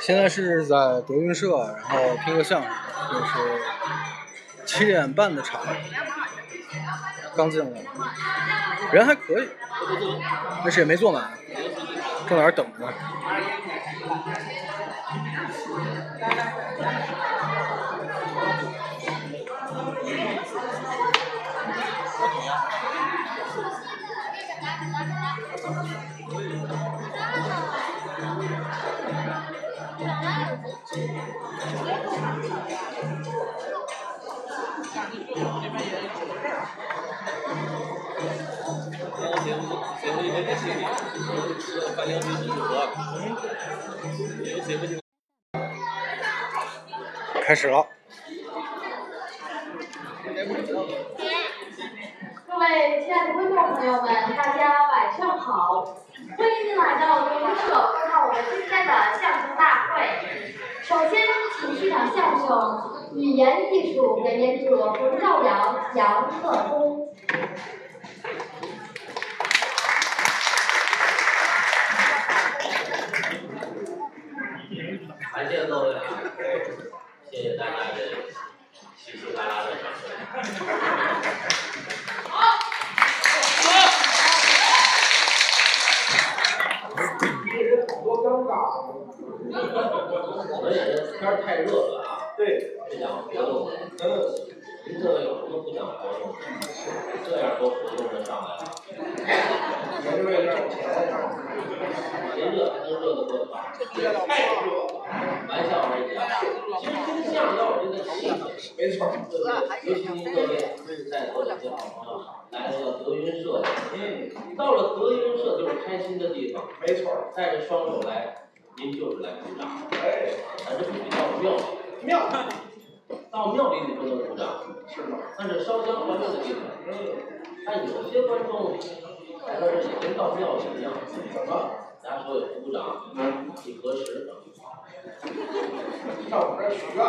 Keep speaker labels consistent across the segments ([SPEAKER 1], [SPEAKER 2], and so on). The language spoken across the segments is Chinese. [SPEAKER 1] 现在是在德云社，然后听个相声，就是七点半的场，刚进来，人还可以，但是也没坐满，正在那儿等着。开 始了，
[SPEAKER 2] 各位亲爱的观众朋友们，大家晚上好！欢迎您来到德云社观看我们今天的相声大会。首先，请欣赏相声《语言艺术》，表演者冯兆阳、杨鹤功。
[SPEAKER 3] 感谢各位，谢谢大家的稀稀拉拉的掌声。我们也是天儿太热了啊，
[SPEAKER 4] 对，
[SPEAKER 3] 不想活动了。
[SPEAKER 4] 嗯，
[SPEAKER 3] 您各位有什么不想活动的？这样都活动的上来了，
[SPEAKER 4] 您这有点钱，
[SPEAKER 3] 您热还能热得过吧？
[SPEAKER 4] 太热了，
[SPEAKER 3] 玩笑而已啊。其实听相声要有这个气氛。
[SPEAKER 4] 没错儿，
[SPEAKER 3] 对尤其您各位在座的这些好朋友来到了德云社，
[SPEAKER 4] 嗯，
[SPEAKER 3] 到了德云社就是开心的地方，
[SPEAKER 4] 没错儿，
[SPEAKER 3] 带着双手来，您就是来鼓掌，
[SPEAKER 4] 哎，
[SPEAKER 3] 咱这不比到庙里，
[SPEAKER 4] 妙，
[SPEAKER 3] 到庙里你不能鼓掌，
[SPEAKER 4] 是吗？
[SPEAKER 3] 那是烧香还愿的地方。
[SPEAKER 4] 嗯，
[SPEAKER 3] 但有些观众来到这里跟到庙里一样，
[SPEAKER 4] 怎么
[SPEAKER 3] 大家说也不鼓掌，一核实，
[SPEAKER 4] 上我这许愿了？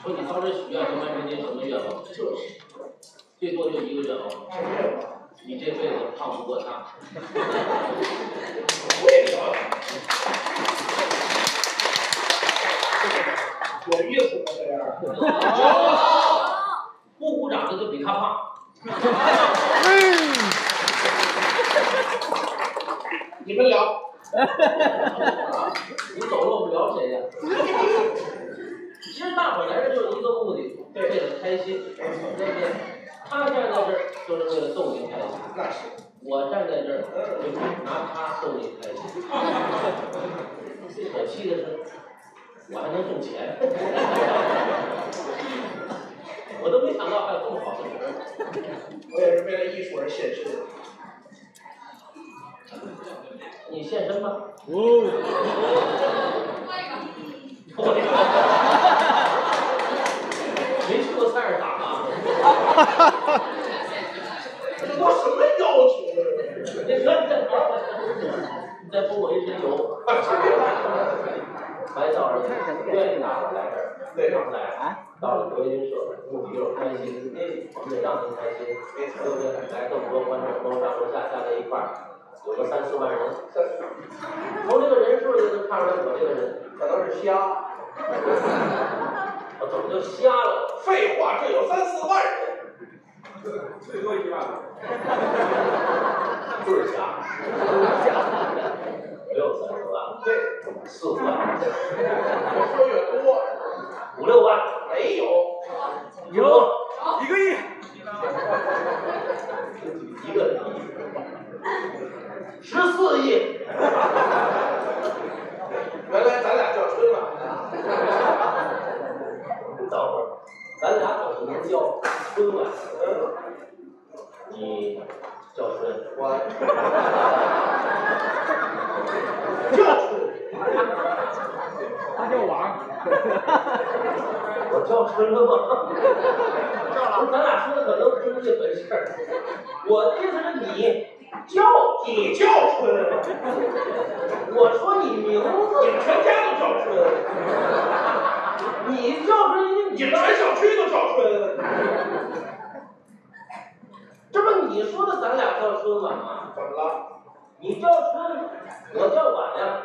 [SPEAKER 3] 说你到这许愿能完成您什么愿望？
[SPEAKER 4] 这是
[SPEAKER 3] 最多就一个愿望，
[SPEAKER 4] 什么愿望？
[SPEAKER 3] 你这辈子胖不过他。
[SPEAKER 4] 为什么？有意思吗？这样，
[SPEAKER 3] 不鼓掌的就比他胖。
[SPEAKER 4] 你们聊，
[SPEAKER 3] 你走了，我们聊谁呀？其实大伙儿来这就是一个目的，为了开心，对不对？他站在这儿就是为了逗您开心，
[SPEAKER 4] 那是，
[SPEAKER 3] 我站在这儿就是拿他逗您开心。最可气的是，我还能挣钱，我都没想到还有更好的事儿。
[SPEAKER 4] 我也是为了艺术而献身，
[SPEAKER 3] 你现身吧。
[SPEAKER 1] 哦，
[SPEAKER 3] 没去过菜市场啊？
[SPEAKER 4] 这都什么要求啊？这是，
[SPEAKER 3] 你再泼我一身油。白道人愿意大伙来这儿，非常来。到了德云社，目的就是开心，我们得让您开心，对不对？来这么多观众，从上从下加在一块儿，有个三四万人。从这个人数就能看出来我这个人，
[SPEAKER 4] 可能是瞎。
[SPEAKER 3] 我怎么就瞎了？
[SPEAKER 4] 废话，这有三四万人，
[SPEAKER 5] 最多一万了，
[SPEAKER 3] 就是瞎，没有三四万，
[SPEAKER 4] 对，
[SPEAKER 3] 四五万，
[SPEAKER 4] 我说越多
[SPEAKER 3] 五六万，
[SPEAKER 4] 没有，
[SPEAKER 3] 有。
[SPEAKER 5] 一个亿，
[SPEAKER 3] 一个人十四亿，
[SPEAKER 4] 原来咱俩叫春晚啊，
[SPEAKER 3] 等会儿，咱俩可能叫春晚，
[SPEAKER 4] 嗯。
[SPEAKER 3] 你叫春，
[SPEAKER 4] 我
[SPEAKER 5] 他叫王，
[SPEAKER 3] 我叫春了吗？叫了，咱俩说的可能不是一回事儿。我的意思是你叫，
[SPEAKER 4] 你叫春啊，
[SPEAKER 3] 我说你名
[SPEAKER 4] 你
[SPEAKER 3] 字，
[SPEAKER 4] 们全家都叫春啊，
[SPEAKER 3] 你叫春，
[SPEAKER 4] 你
[SPEAKER 3] 你
[SPEAKER 4] 们全小区都叫春啊，
[SPEAKER 3] 这不你说的咱俩叫春晚吗？
[SPEAKER 4] 怎么了？
[SPEAKER 3] 你叫春，我叫晚呀。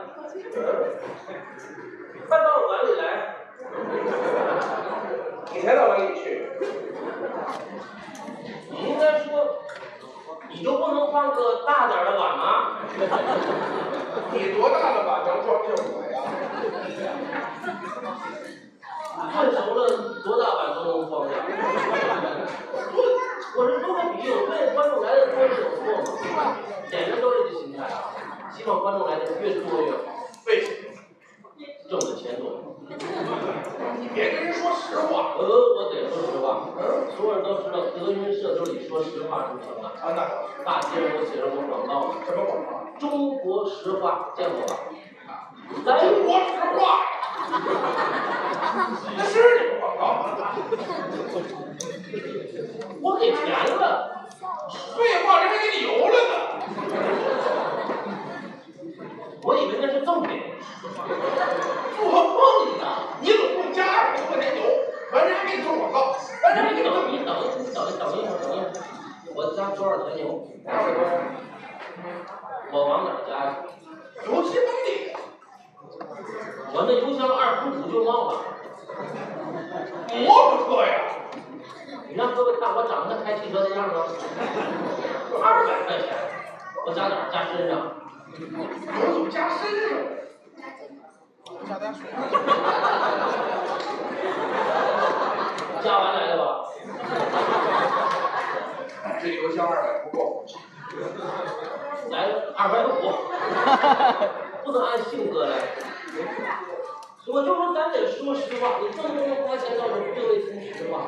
[SPEAKER 3] 装个大点儿的碗吗？
[SPEAKER 4] 你多大了吧，能装进我呀？
[SPEAKER 3] 炖熟了多大碗都能装下。我是通过比喻，我发现观众来的多是有错吗？演员都是这心态，啊希望观众来的越多越好，
[SPEAKER 4] 为什么？
[SPEAKER 3] 挣的钱多。
[SPEAKER 4] 你别跟人说实话
[SPEAKER 3] 呃，我得说实话，所有人都知道德云社都是以说实话著称的，
[SPEAKER 4] 啊！那倒是
[SPEAKER 3] 大街上都写着我广告呢。
[SPEAKER 4] 什么广告？
[SPEAKER 3] 中国石化见过吧？咱
[SPEAKER 4] 中国石化，那是你们广告吗？
[SPEAKER 3] 我给钱了，
[SPEAKER 4] 废话，人还给你邮了呢。
[SPEAKER 3] 我以为那是赠品，
[SPEAKER 4] 做梦呢！你总共加二百多块钱油，完人还给你做广告，完人还
[SPEAKER 3] 哎你
[SPEAKER 4] 给你
[SPEAKER 3] 等你等你等你等一会儿等一会儿，我加多少钱油？
[SPEAKER 4] 二百多块钱，
[SPEAKER 3] 我往哪儿加呀？
[SPEAKER 4] 油漆封顶。
[SPEAKER 3] 我那油箱二十五就冒了。
[SPEAKER 4] 哎摩托车呀，
[SPEAKER 3] 你让各位看我长得开汽车的样吗？二百块钱，我加哪儿？加身上。
[SPEAKER 4] 油怎么加哎身上？
[SPEAKER 3] 加完来的吧？
[SPEAKER 4] 这油箱二百不够，
[SPEAKER 3] 来了二百五，不能按性格来。我就说咱得说实话，你挣不挣花钱到时候并未听实话，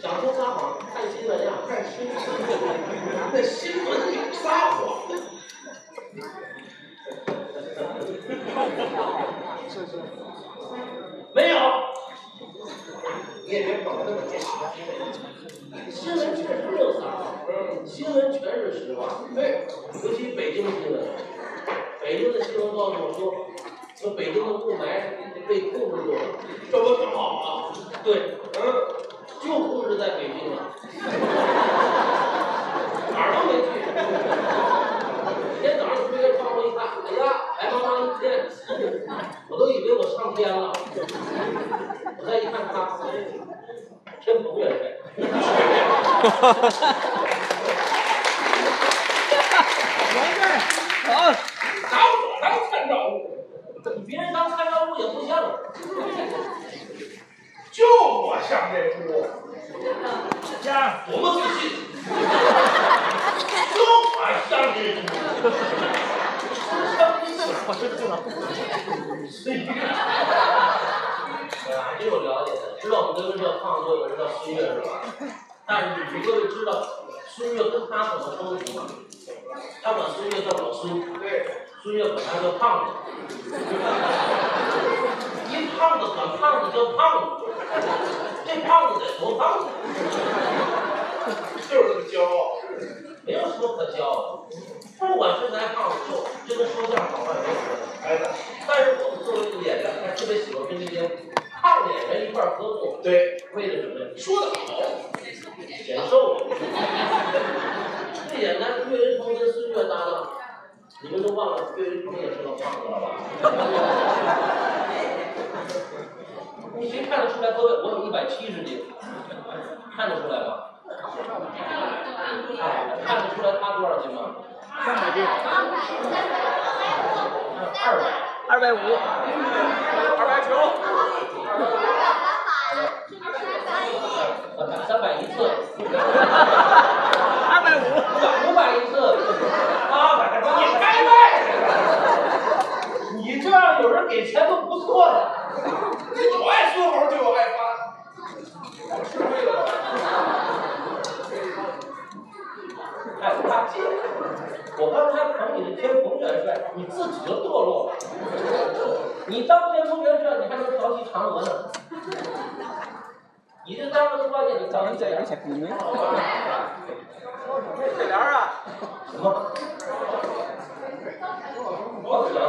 [SPEAKER 3] 想说撒谎看新闻呀，看新闻。
[SPEAKER 4] 那新闻有撒谎的，
[SPEAKER 3] 没有，
[SPEAKER 4] 你也别搞得那么简单。
[SPEAKER 3] 新闻确实有撒谎，新闻全是实话。
[SPEAKER 4] 对，
[SPEAKER 3] 尤其北京新闻，北京的新闻告诉我说，说北京的雾霾被控制住了。
[SPEAKER 4] 这不挺好吗？
[SPEAKER 3] 对，嗯，就控制在北京了，哪儿都没去。今天早上出来窗户一看，哎呀，白茫茫一片，我都以为我上天了。我再一看他，哎真不远呗。
[SPEAKER 1] 好，
[SPEAKER 4] 拿我当参照物，
[SPEAKER 3] 别人当参照物也不像我。
[SPEAKER 4] 就我上这出，
[SPEAKER 3] 多么自信！
[SPEAKER 4] 就我上这出，
[SPEAKER 3] 我真知道。哎呀，这我了解的，知道我们德云社创作有人叫孙越是吧？但是你们各位知道孙越跟他怎么称呼吗？他管孙越叫老孙，对，孙越管他叫胖子。一胖子管胖子叫胖子，这胖子得多胖啊！
[SPEAKER 4] 就是这么骄傲。
[SPEAKER 3] 没有什么可骄傲的，不管身材胖瘦，这跟说相声好坏没有关系。
[SPEAKER 4] 哎，
[SPEAKER 3] 但是我们作为一个演员，还特别喜欢跟这些胖的演员一块儿合作，
[SPEAKER 4] 对，
[SPEAKER 3] 为了什么呀？
[SPEAKER 4] 说得好，
[SPEAKER 3] 显瘦啊！最简单，岳云鹏跟孙越搭档，你们都忘了岳云鹏也是个胖子了吧？你谁看得出来？各位，我有一百七十斤，看得出来吧？看得出来他多少斤吗？三百斤。
[SPEAKER 6] 二百五，二百九。
[SPEAKER 3] 二百，三百一次。
[SPEAKER 6] 二百五，
[SPEAKER 3] 五百一次，八百，
[SPEAKER 4] 你开外去了，
[SPEAKER 3] 你这样有人给钱都不错了。
[SPEAKER 4] 那有爱孙猴就有爱发，我吃亏了吧？
[SPEAKER 3] 哎，大姐，我刚才捧你的天蓬元帅，你自己就堕落了。你当天蓬元帅，你还能调戏嫦娥呢？你这当着关键你当这样，
[SPEAKER 6] 你们
[SPEAKER 3] 好吧？
[SPEAKER 6] 这帘儿啊，
[SPEAKER 3] 什么？我怎么
[SPEAKER 4] 要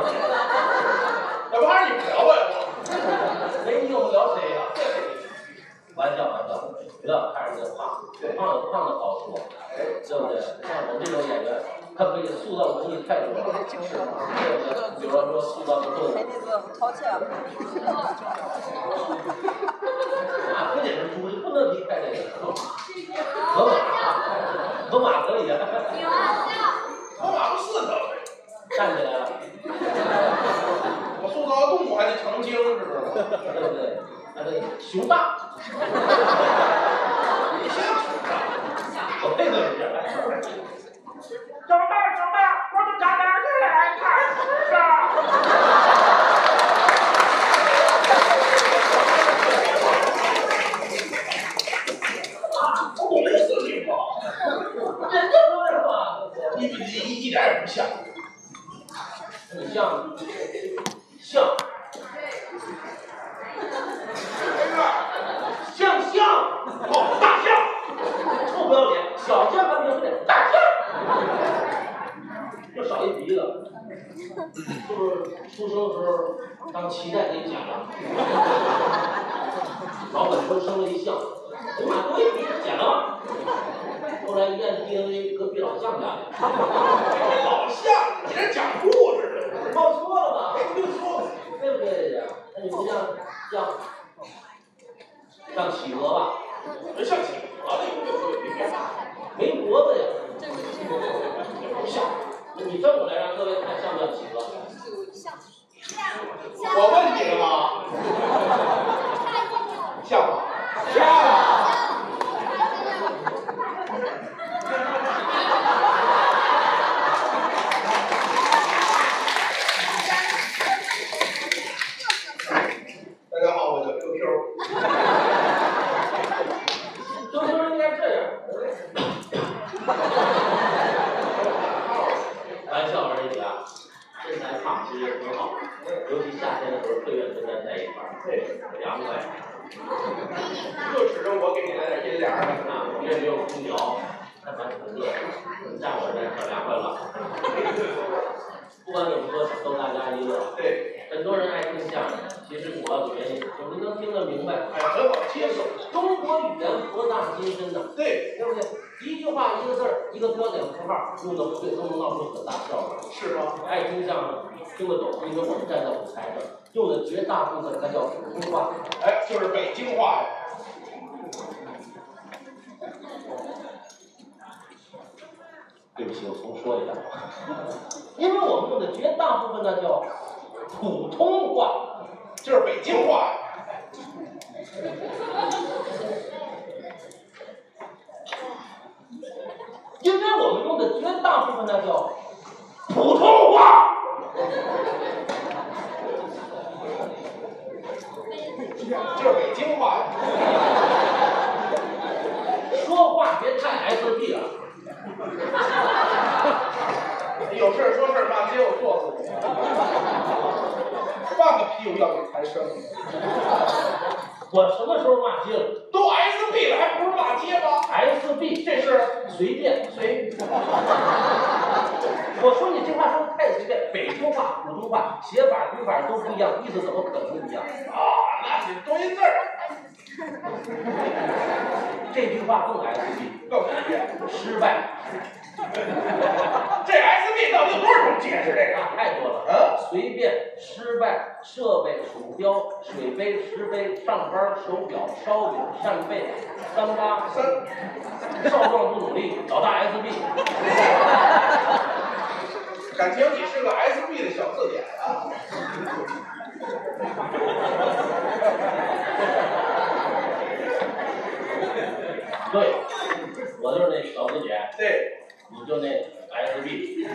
[SPEAKER 4] 不还是你们啊聊吧。
[SPEAKER 3] 没你我聊谁呀、玩笑玩笑，不要看人家胖，胖有胖的好处，对不对？像我们这种演员，他可以塑造能力太多了，对不对？比如说塑造个动物，
[SPEAKER 6] 掏钱。
[SPEAKER 3] 马非得是猪，就不能离开这个河马，河马可以啊。
[SPEAKER 2] 有啊，
[SPEAKER 3] 对不对？那这熊大，我配合你这。
[SPEAKER 7] 走吧走吧，我得找男人来看是吧？
[SPEAKER 4] 我没说你不好，人家不是吗？你你一点也不像，
[SPEAKER 3] 你像，像，
[SPEAKER 4] 像像，哦，大象，
[SPEAKER 3] 臭不要脸，小象还明白，大象，这少一鼻子，是不是出生时候当脐带给剪了？老板说生了一象，哎呀妈，多一鼻子剪了吧？后来一验 DNA，隔壁老象家的，
[SPEAKER 4] 老象，你这讲故事呢？
[SPEAKER 3] 报错了吧？
[SPEAKER 4] 我就说，
[SPEAKER 3] 对不对呀？那哎你不像像像企鹅吧？
[SPEAKER 4] 这像企鹅的，有没有你别骂，
[SPEAKER 3] 没脖子呀。 像，你转过来让各位看像不像企鹅？
[SPEAKER 4] 我问你了吗？像吗？像。大家好，我叫 QQ。
[SPEAKER 3] 周星驰应该这样。玩笑而已啊，身材胖其实挺好，尤其夏天的时候特愿跟咱在一块儿，对，凉快
[SPEAKER 4] 就指着我给你来点阴凉的。
[SPEAKER 3] 啊，因为没有空调，但凡挺热，你站我这儿可凉快了。不管怎么说，逗大家一乐。
[SPEAKER 4] 对，
[SPEAKER 3] 很多人爱听相声，其实主要的原因就是您能听得明白。
[SPEAKER 4] 哎，很好接受。
[SPEAKER 3] 中国语言博大精深呐，
[SPEAKER 4] 对，
[SPEAKER 3] 对不对？一句话、一个字儿、一个标点符号，用的不对都能闹出很大笑话。
[SPEAKER 4] 是吗？
[SPEAKER 3] 爱听相声，听得懂，因为我们站在舞台上，用的绝大部分还叫普通话。
[SPEAKER 4] 哎，就是北京话呀。
[SPEAKER 3] 对不起，我重说一下，因为我们用的绝大部分呢叫普通话。
[SPEAKER 4] 就是北京话呀。
[SPEAKER 3] 因为我们用的绝大部分呢叫
[SPEAKER 4] 普通话。就是北京话呀。
[SPEAKER 3] 说话别太 SB 了。
[SPEAKER 4] 有事儿说事儿，骂街我坐死你。放个屁股要你才生。
[SPEAKER 3] 我什么时候骂街了
[SPEAKER 4] 都 SB 了，还不是骂街吗？
[SPEAKER 3] ？SB
[SPEAKER 4] 这是
[SPEAKER 3] 随便随。 我说你这话说的太随便，北京话、普通话写法、语法都不一样，意思怎么可能一样？
[SPEAKER 4] 啊，那是多音字儿，
[SPEAKER 3] 这句话更 SB，
[SPEAKER 4] 更普遍。
[SPEAKER 3] 失败
[SPEAKER 4] 这 SB 到底有多少种解释？这个
[SPEAKER 3] 那太多了。
[SPEAKER 4] 啊，
[SPEAKER 3] 随便、失败、设备、鼠标、水杯、石杯、上班、手表、烧饼、扇贝、三八、
[SPEAKER 4] 三
[SPEAKER 3] 少壮不努力，老大 SB。
[SPEAKER 4] 感情你是个 SB 的小字典啊！
[SPEAKER 3] 对，我就是那小字典。
[SPEAKER 4] 对，
[SPEAKER 3] 你就那 SB。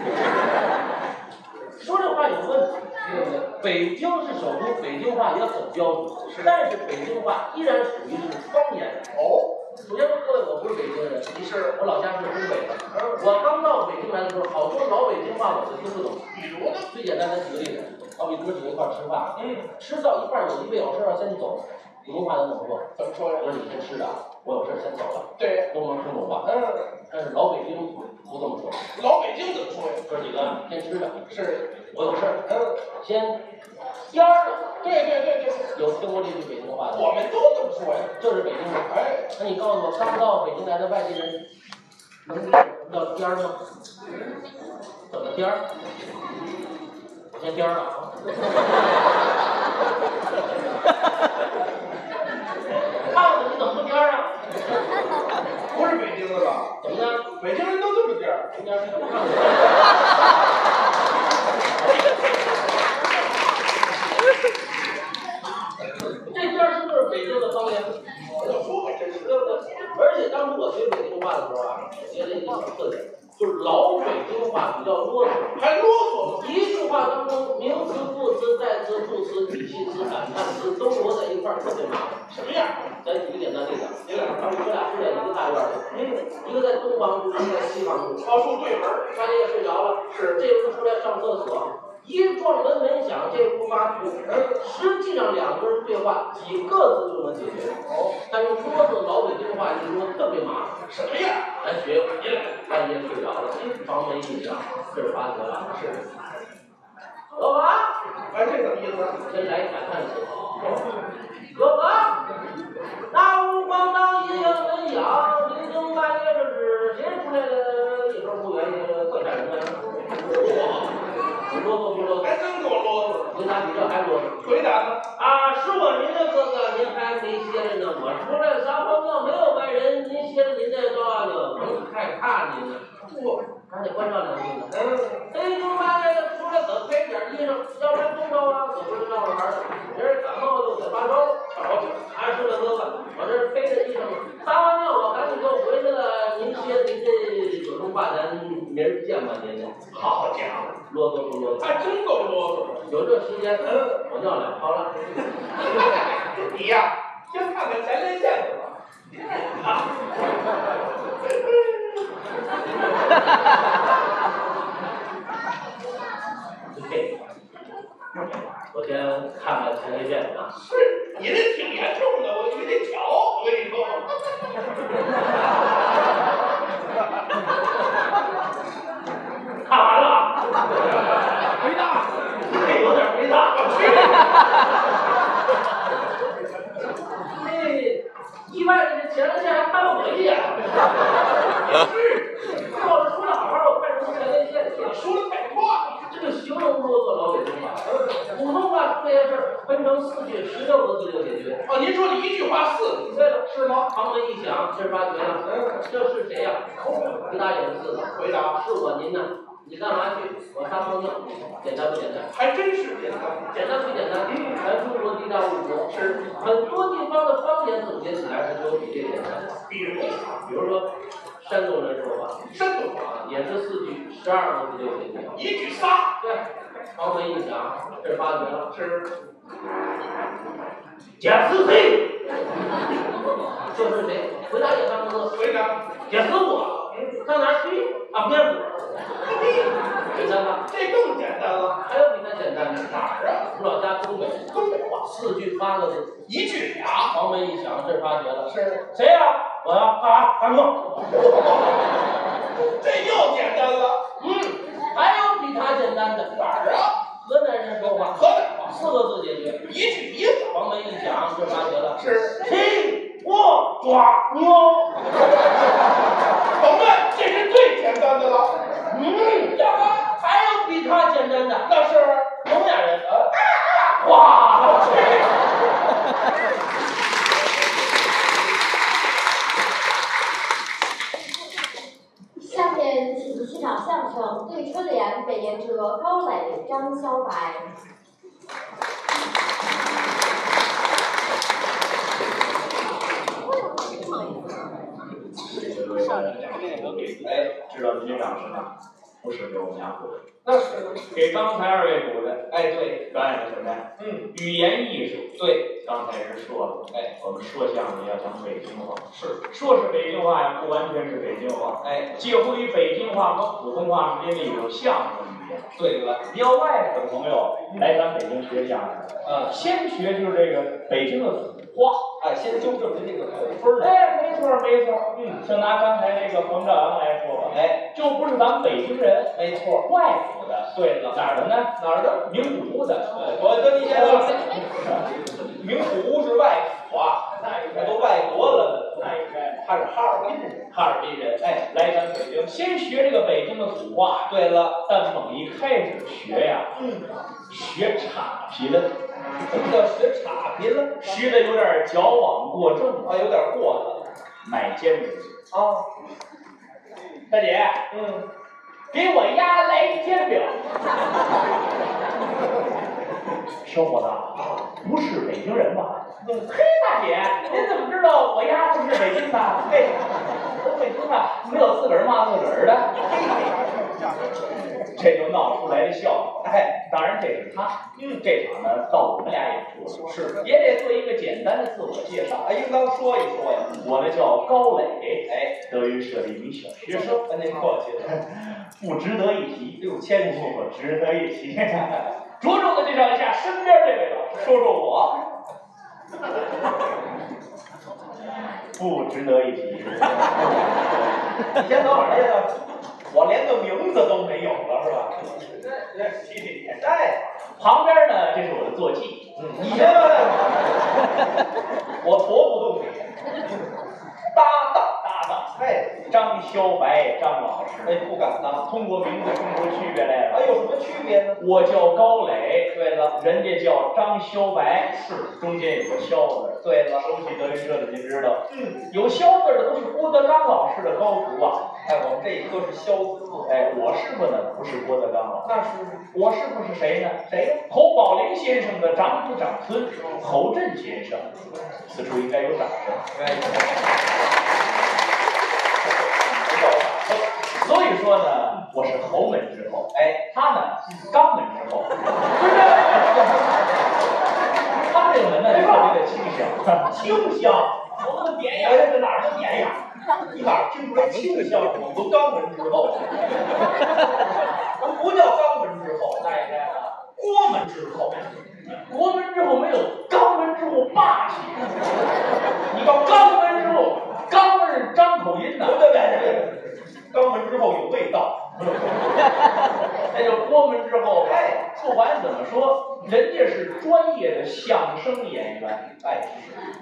[SPEAKER 3] 说这话有问题，对不对？北京是首都，北京话也很标准，但是北京话依然属于是方言。
[SPEAKER 4] 哦，
[SPEAKER 3] 首先说各位，我不是北京人，
[SPEAKER 4] 你是，
[SPEAKER 3] 我老家是东北的。我刚到北京来的时候，好多老北京话我都听不懂。
[SPEAKER 4] 比如呢？嗯
[SPEAKER 3] 最简单的举个例子，好比你们几个一块儿吃饭，吃到一半儿有一位有事儿要先走，普通话能怎么说？
[SPEAKER 4] 怎么说
[SPEAKER 3] 我
[SPEAKER 4] 呀？
[SPEAKER 3] 说你先吃着啊，我有事儿先走了，
[SPEAKER 4] 对，
[SPEAKER 3] 都能听懂吧？
[SPEAKER 4] 嗯，
[SPEAKER 3] 但是老北京不这么说，
[SPEAKER 4] 老北京怎么说呀？
[SPEAKER 3] 说几个先吃着。
[SPEAKER 4] 是，
[SPEAKER 3] 我有事儿，
[SPEAKER 4] 嗯，
[SPEAKER 3] 先
[SPEAKER 4] 烟儿，对对对对，
[SPEAKER 3] 有听过这句北京话的吗？
[SPEAKER 4] 我们都这么说呀。
[SPEAKER 3] 就是北京人。
[SPEAKER 4] 哎，
[SPEAKER 3] 那你告诉我，刚到北京来的外地人，能什么叫颠儿吗？怎么颠儿？我先颠儿了 啊！胖子，你怎么不颠儿啊？
[SPEAKER 4] 不是北京的吧？
[SPEAKER 3] 怎么的？
[SPEAKER 4] 北京人都这么点儿。
[SPEAKER 3] 不颠儿是不胖子？词、语气词、感叹词都磨在一块儿，特别麻烦。
[SPEAKER 4] 什么样？
[SPEAKER 3] 咱举个简单例子，你俩，当时我俩是在一个大院里，一个在东房住，一个在西房住。
[SPEAKER 4] 超出对门儿，
[SPEAKER 3] 半夜睡着了，
[SPEAKER 4] 是
[SPEAKER 3] 这人出来上厕所，一撞门门响，这屋发哭。实际上两个人对话几个字就能解决。哦，但是桌子老北京话一说特别麻烦。
[SPEAKER 4] 什么样？
[SPEAKER 3] 咱学你俩哎半夜睡着了，房门一响，事儿发生了。啊是，老王，
[SPEAKER 4] 哎，这怎么意思？
[SPEAKER 3] 先来感叹词。老王，大屋咣当一个门响，临近半夜这是谁出来了？一说不远，特吓人啊！你啰嗦不啰嗦？
[SPEAKER 4] 还真给我啰
[SPEAKER 3] 回答比这还啰
[SPEAKER 4] 嗦。
[SPEAKER 3] 嗦。
[SPEAKER 4] 回答呢？
[SPEAKER 3] 啊，是我您的哥哥，您还没歇着呢。我出来撒泡尿，没有外人，您歇着您再照呢。我害怕您呢，
[SPEAKER 4] 我，
[SPEAKER 3] 还得关照两句呢。
[SPEAKER 4] 嗯，
[SPEAKER 3] 哎，另外出来可配点衣裳，要不然冻着啊，可不是闹着玩儿的。明儿感冒了，得发烧。
[SPEAKER 4] 瞧瞧，
[SPEAKER 3] 俺说了哥哥，我这背着衣裳，撒完尿我赶紧就回去了。您歇您这有什么话咱明儿见吧，您
[SPEAKER 4] 好家伙，
[SPEAKER 3] 啰嗦不啰嗦？
[SPEAKER 4] 还真够啰
[SPEAKER 3] 有这时间，嗯，我尿两泡了。
[SPEAKER 4] 嗦 的。你呀，先看看前列腺去吧。
[SPEAKER 3] 嘿我先看看前列腺啊，
[SPEAKER 4] 是， 你这挺严重的，我你得瞧。我跟你说，
[SPEAKER 3] 看完了，
[SPEAKER 8] 回答。
[SPEAKER 4] 哎
[SPEAKER 3] 这有点没大。嘿，意外的这前列腺还翻了我一眼，是，要是说的好好，我干什么前列腺去了？
[SPEAKER 4] 说的太快了。
[SPEAKER 3] 这个形容不落做老北京话，普通话这些事儿分成四句，十六个字就解决。
[SPEAKER 4] 哦，您说的一句话四
[SPEAKER 3] 对了，是吗？房门一响，事儿发觉了，这是谁呀、回答也是四个。
[SPEAKER 4] 回答，
[SPEAKER 3] 是我您呐，你干嘛去？我撒泡尿，简单不简单？
[SPEAKER 4] 还真是简单。
[SPEAKER 3] 简单不简单？咱中国地大物博，是很多地方的方言总结起来是没有比这简单的。
[SPEAKER 4] 比如
[SPEAKER 3] 比如说，山东人说话
[SPEAKER 4] 山东话，
[SPEAKER 3] 啊，也是四句，十二个字就解决。
[SPEAKER 4] 一举仨
[SPEAKER 3] 对，房门一响，事儿发觉了，
[SPEAKER 4] 是
[SPEAKER 3] 解是谁？这是谁？回答也三个字，
[SPEAKER 4] 回答，
[SPEAKER 3] 也是我。上哪儿去？啊，面馆。简单吧？
[SPEAKER 4] 哎这更简单了。
[SPEAKER 3] 还有比它简单的哪儿啊？我老家东北，
[SPEAKER 4] 东北话
[SPEAKER 3] 四句八个字。
[SPEAKER 4] 一句俩，
[SPEAKER 3] 房门一响，事儿发觉了。
[SPEAKER 4] 是
[SPEAKER 3] 谁呀、我呀、干啥？干嘛？
[SPEAKER 4] 这又简单了。
[SPEAKER 3] 嗯，还有比它简单的哪儿啊？河南人说话，
[SPEAKER 4] 河南话
[SPEAKER 3] 四个字解决。
[SPEAKER 4] 一句一个
[SPEAKER 3] 房门一响，事儿发觉了。
[SPEAKER 4] 是，
[SPEAKER 3] 嘿，我抓牛。
[SPEAKER 4] 甭问，这是最简单的了。
[SPEAKER 3] 嗯，要不然还有比它简单的？
[SPEAKER 4] 那是
[SPEAKER 3] 聋哑人啊，哇！
[SPEAKER 2] 下面请欣赏相声《对春联》，美言者高磊、张小白。
[SPEAKER 9] 哎，知道您这掌声啊，不是给我们俩鼓的，
[SPEAKER 4] 那是，
[SPEAKER 9] 给刚才二位鼓的。
[SPEAKER 4] 哎对，
[SPEAKER 9] 表演的什么呀？
[SPEAKER 4] 嗯
[SPEAKER 9] 语言艺术。
[SPEAKER 4] 对，
[SPEAKER 9] 刚才人说了，
[SPEAKER 4] 哎，
[SPEAKER 9] 我们说相声要讲北京话，
[SPEAKER 4] 是，
[SPEAKER 9] 说是北京话呀，不完全是北京话，
[SPEAKER 4] 哎
[SPEAKER 9] 介乎于北京话和普通话之间的一种相声语言。
[SPEAKER 4] 对了，
[SPEAKER 9] 你要外省朋友来咱北京学相声，呃
[SPEAKER 4] 啊，
[SPEAKER 9] 先学就是这个北京的土话。
[SPEAKER 4] 哎先纠正您这个口分来，
[SPEAKER 9] 哎，没错没错。嗯，就拿刚才这个冯兆阳来说吧，
[SPEAKER 4] 哎，
[SPEAKER 9] 就不是咱们北京人，
[SPEAKER 4] 没错，
[SPEAKER 9] 外府的，
[SPEAKER 4] 对了，
[SPEAKER 9] 哪儿的呢？
[SPEAKER 4] 哪儿的？
[SPEAKER 9] 名古屋的。
[SPEAKER 4] 我跟您先说，
[SPEAKER 9] 名古屋是外府啊，那应
[SPEAKER 4] 我都外国了，
[SPEAKER 9] 那应该
[SPEAKER 4] 他是哈尔滨人。
[SPEAKER 9] 哈尔滨人，
[SPEAKER 4] 哎，
[SPEAKER 9] 来咱北京先学这个北京的土话，
[SPEAKER 4] 对了，
[SPEAKER 9] 但猛一开始学呀，嗯，学岔劈了，
[SPEAKER 4] 什么叫学岔劈了？
[SPEAKER 9] 学的有点矫枉过正
[SPEAKER 4] 啊，
[SPEAKER 9] 了，
[SPEAKER 4] 有点过了
[SPEAKER 9] 买尖子去。
[SPEAKER 4] 啊，
[SPEAKER 9] 大姐，
[SPEAKER 4] 嗯，
[SPEAKER 9] 给我丫来一煎饼。小伙子，啊不是北京人吧？嘿，大姐，您怎么知道我丫不是北京的？嘿，我北京的，没有自个儿骂自个儿的，这就闹出来的笑话。哎，当然这是他，嗯，这场呢到我们俩也说了，是也得做一个简单的自我介绍。
[SPEAKER 3] 哎，应当说一说呀。
[SPEAKER 9] 我呢叫高磊，哎，德云社的一名小学生，
[SPEAKER 3] 那您客气了，
[SPEAKER 9] 不值得一提，
[SPEAKER 3] 六千里。
[SPEAKER 9] 不值得一提。 着重的介绍一下身边这位老师，说说我。 不值得一提。
[SPEAKER 3] 你先等会儿，先等会儿，我连个名字都没有了，是吧？
[SPEAKER 9] 提提你。
[SPEAKER 3] 哎，
[SPEAKER 9] 旁边呢，这是我的坐骑，
[SPEAKER 3] 你先问问，我驮不动你。搭档，
[SPEAKER 9] 搭档
[SPEAKER 3] 哎，
[SPEAKER 9] 张萧白张老师。
[SPEAKER 3] 哎，不敢当。
[SPEAKER 9] 通过名字听出区别来了。
[SPEAKER 3] 哎，有什么区别呢？
[SPEAKER 9] 我叫高磊，
[SPEAKER 3] 对了，
[SPEAKER 9] 人家叫张萧白，是中间有个萧字。
[SPEAKER 3] 对了，
[SPEAKER 9] 熟悉德云社的您知道，
[SPEAKER 3] 嗯，
[SPEAKER 9] 有萧字的都是郭德纲老师的高徒啊。
[SPEAKER 3] 哎，我们这一科是肖字，
[SPEAKER 9] 哎，我师傅呢不是郭德纲老师，
[SPEAKER 3] 那是
[SPEAKER 9] 我师傅是谁呢？
[SPEAKER 3] 谁呀？
[SPEAKER 9] 侯宝林先生的长子长孙侯震先生，此处应该有掌声。
[SPEAKER 3] 哎，
[SPEAKER 9] 所以说呢，我是侯门之后，
[SPEAKER 3] 哎，
[SPEAKER 9] 他呢是肛门之后，不是，他这个门呢特别的清香，
[SPEAKER 3] 清香，
[SPEAKER 9] 我们
[SPEAKER 3] 哎呀，这哪儿的典雅？你哪儿听出来清香？我们都肛门之后，我们不叫肛门之后，那应该啊，郭门之后。
[SPEAKER 9] 国门之后没有肛门之后霸气，你到肛门之后，肛门是张口音呐
[SPEAKER 3] 不，对对对，肛门之后有味道。
[SPEAKER 9] 那就国门之后吧。
[SPEAKER 3] 哎，
[SPEAKER 9] 不管怎么说，人家是专业的相声演员。哎，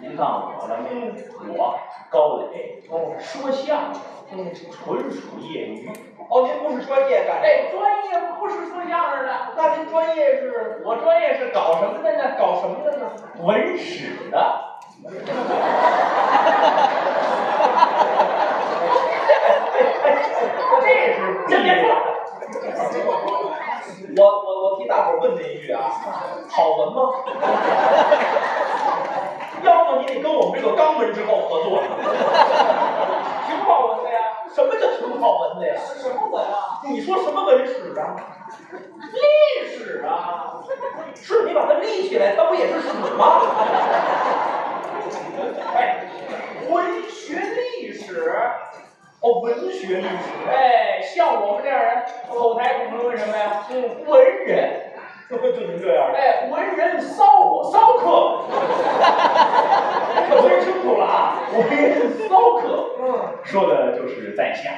[SPEAKER 9] 您看我了没？我高磊
[SPEAKER 3] 哦
[SPEAKER 9] 说相声，纯属业余。
[SPEAKER 3] 哦，您不是专业干
[SPEAKER 9] 哎，
[SPEAKER 3] 这个，
[SPEAKER 9] 专业不是说相声的，
[SPEAKER 3] 那您专业是
[SPEAKER 9] 我专业是搞什么的呢？
[SPEAKER 3] 搞什么的呢？
[SPEAKER 9] 文史的。这是这别说了。
[SPEAKER 3] 我我我替大伙儿问您一句啊，好闻吗？ 要么你得跟我们这个肛门之后合作，
[SPEAKER 9] 挺好闻的呀，
[SPEAKER 3] 什么叫挺好闻的呀？
[SPEAKER 9] 什么文啊？
[SPEAKER 3] 你说什么文史啊？
[SPEAKER 9] 历史啊，
[SPEAKER 3] 是你把它立起来，它不也是史吗？
[SPEAKER 9] 哎，文学历史，
[SPEAKER 3] 哦，文学历史，
[SPEAKER 9] 哎，像我们这样人，后台评论什么呀？嗯，文人，
[SPEAKER 3] 就就您这样的，
[SPEAKER 9] 哎，文人骚货 骚客，
[SPEAKER 3] 可听清楚了啊！
[SPEAKER 9] 文人骚客，
[SPEAKER 3] 嗯，
[SPEAKER 9] 说的就是在 下，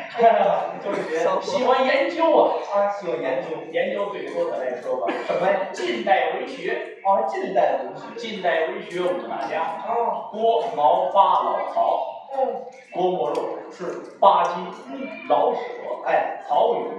[SPEAKER 3] 就是您
[SPEAKER 9] 喜欢研究啊，
[SPEAKER 3] 啊，喜欢研究
[SPEAKER 9] 研究最多的来说吧，
[SPEAKER 3] 什么呀？
[SPEAKER 9] 近代文学，
[SPEAKER 3] 哦，近代文学。
[SPEAKER 9] 近代文学五大家，
[SPEAKER 3] 哦，
[SPEAKER 9] 郭毛巴老曹，
[SPEAKER 3] 哦，
[SPEAKER 9] 郭沫若是巴金，老舍。
[SPEAKER 3] 哎，
[SPEAKER 9] 曹禺、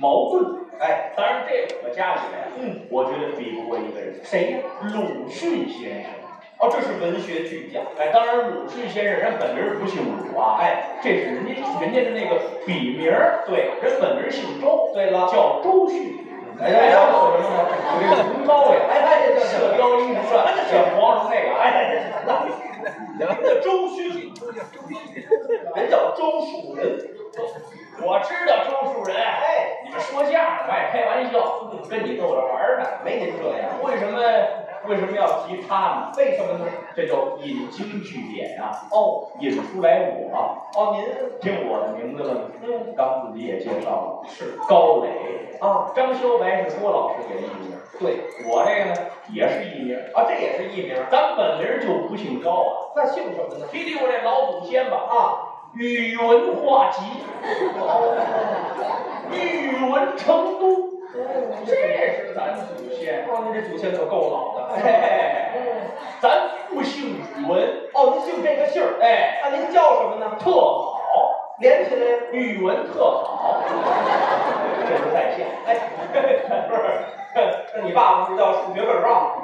[SPEAKER 9] 茅盾，
[SPEAKER 3] 哎，
[SPEAKER 9] 当然这我加起来，
[SPEAKER 3] 嗯，
[SPEAKER 9] 我觉得比不过一个人，
[SPEAKER 3] 谁呀？
[SPEAKER 9] 鲁迅先生。
[SPEAKER 3] 哦，这是文学巨匠。
[SPEAKER 9] 哎，当然鲁迅先生人本名不姓鲁啊，
[SPEAKER 3] 哎，
[SPEAKER 9] 这是人家人家的那个笔名儿，
[SPEAKER 3] 对，
[SPEAKER 9] 人本名姓周，
[SPEAKER 3] 对了，
[SPEAKER 9] 叫周旭。
[SPEAKER 3] 哎呀呀，我什么
[SPEAKER 9] 有一个崇高呀，
[SPEAKER 3] 哎哎哎，
[SPEAKER 9] 射雕英雄传，小黄蓉那个，哎，
[SPEAKER 3] 哎，人 家周迅，人叫周树人。
[SPEAKER 9] 我知道周树人，
[SPEAKER 3] 哎，
[SPEAKER 9] 你们说相声我爱开玩笑，跟你逗着玩儿呢。
[SPEAKER 3] 没您这样，
[SPEAKER 9] 为什么为什么要提他呢？
[SPEAKER 3] 为什么呢？
[SPEAKER 9] 这叫引经据典啊，
[SPEAKER 3] 哦
[SPEAKER 9] 引出来我，
[SPEAKER 3] 哦，您
[SPEAKER 9] 听我的名字了吗？
[SPEAKER 3] 嗯
[SPEAKER 9] 刚自己也介绍了，是高磊，
[SPEAKER 3] 啊，
[SPEAKER 9] 张修白是郭老师给的艺名，
[SPEAKER 3] 对
[SPEAKER 9] 我这个呢也是艺名，
[SPEAKER 3] 啊，这也是艺名。
[SPEAKER 9] 咱本名就不姓高啊。
[SPEAKER 3] 那姓什么呢？
[SPEAKER 9] 提提我这老祖先吧，
[SPEAKER 3] 啊，
[SPEAKER 9] 宇文化及，
[SPEAKER 3] 哦，
[SPEAKER 9] 宇文成都，
[SPEAKER 3] 哦，
[SPEAKER 9] 这是咱祖先。
[SPEAKER 3] 您这祖先可够老的。
[SPEAKER 9] 哎， 咱父姓宇文，
[SPEAKER 3] 哦，您姓这个姓儿，
[SPEAKER 9] 哎，
[SPEAKER 3] 那您叫什么呢？
[SPEAKER 9] 特好。
[SPEAKER 3] 连起来，
[SPEAKER 9] 语文特好，
[SPEAKER 3] 哎
[SPEAKER 9] 这是在线。哎，
[SPEAKER 3] 不是？那你爸爸是叫数学本棒？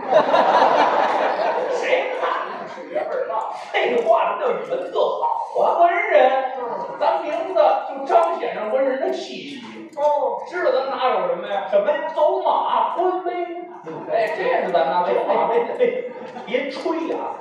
[SPEAKER 9] 谁看数学本棒？
[SPEAKER 3] 这话叫语文特好啊。
[SPEAKER 9] 文人，咱名字就彰显着文人的气息。
[SPEAKER 3] 哦，
[SPEAKER 9] 知道咱哪有什么呀？
[SPEAKER 3] 什么呀？
[SPEAKER 9] 走马观杯。哎，这是咱哪
[SPEAKER 3] 哎
[SPEAKER 9] 有
[SPEAKER 3] 哎
[SPEAKER 9] 啊？
[SPEAKER 3] 哎哎，别吹啊！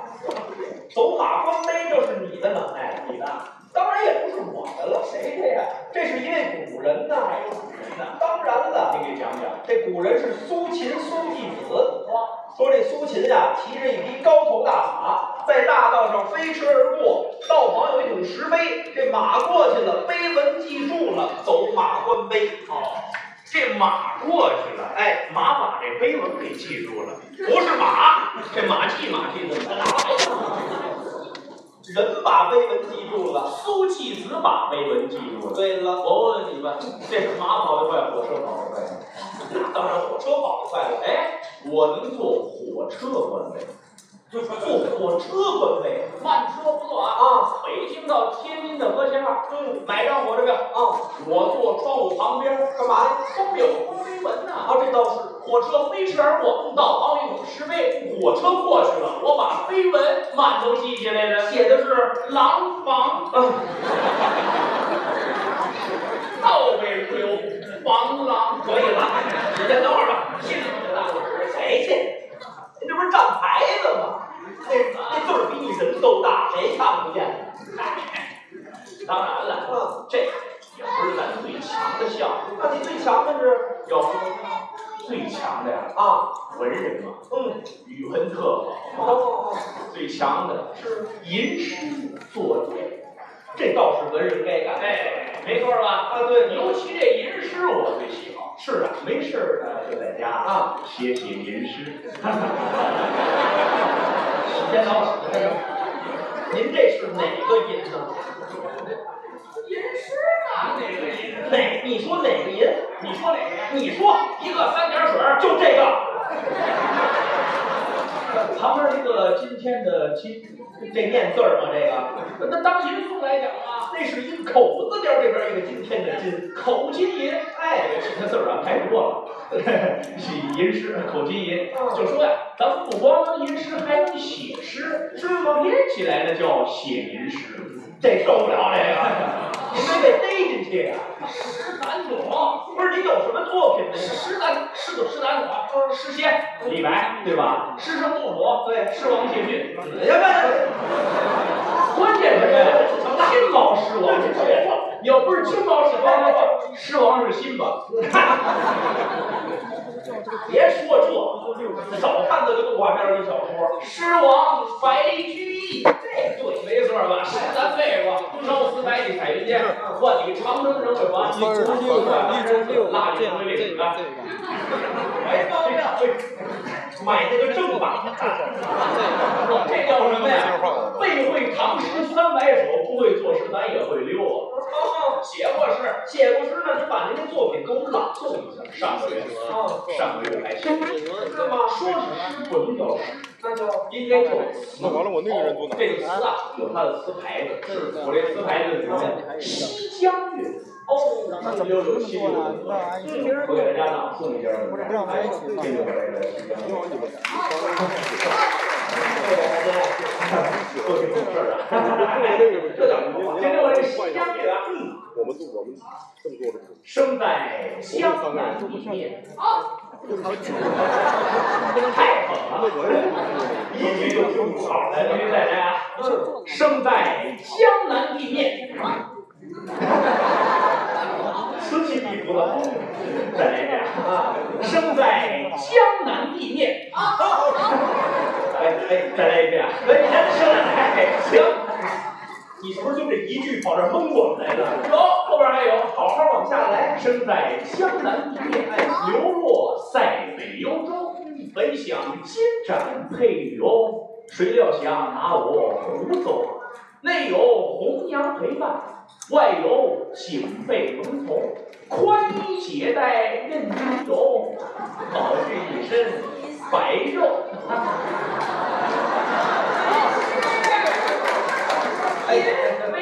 [SPEAKER 3] 走马观杯就是你的能耐，你的当然也不是我的了，谁的呀？这是一位古人呐，还有古人呐。当然了，
[SPEAKER 9] 您给讲讲。
[SPEAKER 3] 这古
[SPEAKER 4] 古人是苏秦苏季子，说这苏秦呀、骑着一匹高头大马，在大道上飞驰而过，道旁有一桶石碑，这马过去了，碑文记住了，走马观碑。
[SPEAKER 9] 哦，这马过去了，哎，马把这碑文给记住 了，不是马，这马记马记怎么
[SPEAKER 4] 人把碑文记住了。
[SPEAKER 9] 苏季子把碑文记住了。
[SPEAKER 4] 对了，
[SPEAKER 9] 我问问你们，这马跑得快，火车跑得快吗？
[SPEAKER 4] 那当然火车跑得快了。
[SPEAKER 9] 哎，我能坐火车观碑，
[SPEAKER 4] 就是坐火车观碑，
[SPEAKER 9] 慢车不坐啊。
[SPEAKER 4] 啊，
[SPEAKER 9] 北京到天津的和谐号，
[SPEAKER 4] 嗯
[SPEAKER 9] 买张火车票，
[SPEAKER 4] 啊，
[SPEAKER 9] 我坐窗户旁边，
[SPEAKER 4] 干嘛呀？
[SPEAKER 9] 都有碑文呐。
[SPEAKER 4] 啊，这倒是。
[SPEAKER 9] 火车飞驰而过，道旁一桶石碑。火车过去了，我把碑文满都记下来了，写的是廊
[SPEAKER 4] 啊
[SPEAKER 9] 坊。倒背如流，黄狼
[SPEAKER 4] 可以了，你先等会儿吧。信你了？谁信？您这不是站牌子吗？那那字儿比你人都大，谁看不见？
[SPEAKER 9] 当然了，这也不是咱最强的项目，
[SPEAKER 4] 嗯那你最强的是
[SPEAKER 9] 要说最强的呀，
[SPEAKER 4] 啊，
[SPEAKER 9] 文人嘛，
[SPEAKER 4] 嗯，
[SPEAKER 9] 语文特好嘛。
[SPEAKER 4] 哦，
[SPEAKER 9] 最强的是吟诗作对，
[SPEAKER 4] 这倒是文人该干。
[SPEAKER 9] 哎，没错吧？
[SPEAKER 4] 啊，对，
[SPEAKER 9] 尤其这吟诗我最喜欢。是啊，没事儿呢就在家
[SPEAKER 4] 啊
[SPEAKER 9] 写写吟诗。
[SPEAKER 4] 先等会儿。您这是哪个银呢？哪？你说哪个银？
[SPEAKER 9] 啊你说哪个？
[SPEAKER 4] 你说
[SPEAKER 9] 一个三点水儿，
[SPEAKER 4] 就这个，
[SPEAKER 9] 旁边这个今天的今，
[SPEAKER 4] 这念字儿吗？这个，
[SPEAKER 9] 那当吟诵来讲啊，
[SPEAKER 4] 那是一口字边这边一个今天的今，
[SPEAKER 9] 口金吟，哎，这个字儿啊太多了， 吟诗、口金吟，就说呀，咱们不光能吟诗，还能写诗，是吗？连起来了叫写吟诗，
[SPEAKER 4] 这受不了这个，您非得逮进去啊！
[SPEAKER 9] 诗难懂，
[SPEAKER 4] 不是您有什么作品呢？
[SPEAKER 9] 诗难诗懂诗难懂啊，诗仙李白对吧？诗圣杜甫对，诗王谢逊，
[SPEAKER 4] 呀妈！
[SPEAKER 9] 关键是金毛狮王是谁？要不是金毛狮王的话，狮王是辛 巴。
[SPEAKER 4] 别说这，少看这个动画片儿跟小说。
[SPEAKER 9] 狮王白居易，这对，没错吧？是咱背过，朝辞白帝彩云间，万里长征仍未还。
[SPEAKER 1] 一周六个，一周六
[SPEAKER 9] 蜡
[SPEAKER 1] 个，这
[SPEAKER 9] 笔
[SPEAKER 1] 样
[SPEAKER 9] 回
[SPEAKER 1] 这
[SPEAKER 9] 领
[SPEAKER 1] 个
[SPEAKER 9] 啊
[SPEAKER 1] 这个。
[SPEAKER 4] 哎，买那个正版的，
[SPEAKER 9] 这叫什么呀？背会唐诗三百首，不会作诗咱也会溜啊。写过诗，
[SPEAKER 4] 写过诗呢，您把您的作品给我们朗诵一下。
[SPEAKER 9] 上个月
[SPEAKER 4] 啊，
[SPEAKER 9] 上个月还写，
[SPEAKER 4] 那么
[SPEAKER 9] 说是诗不能叫诗，
[SPEAKER 4] 那就
[SPEAKER 9] 应该叫词。
[SPEAKER 10] 那完了，我那个人住哪？
[SPEAKER 9] 这个词啊，有它的词牌子，是我这词牌子里面《西江月》
[SPEAKER 4] 哦，
[SPEAKER 9] 那怎么有西游的歌？我给大家朗诵一下，这就是我这个西江月。做这种事儿啊，这叫什么？这就是我这西江月啊。
[SPEAKER 10] 我们我们这么做的。
[SPEAKER 9] 生在江南一面，太狠了，一句就听不好了，必须再来啊！生在江南地面，此起彼伏了，再来一遍啊！生在江南地面，哎哎，再来一遍，
[SPEAKER 4] 哎，你看行了，哎，行。你是不是就这一句跑这儿蒙我们来的？
[SPEAKER 9] 有后边还有，
[SPEAKER 4] 好好往下来。
[SPEAKER 9] 生在江南地面，流落塞北幽州。本想金盏配雨鸥，谁料想拿我胡走。内有红娘陪伴，外有锦被龙头。宽衣解带任君游，宝具一身白肉。
[SPEAKER 4] 没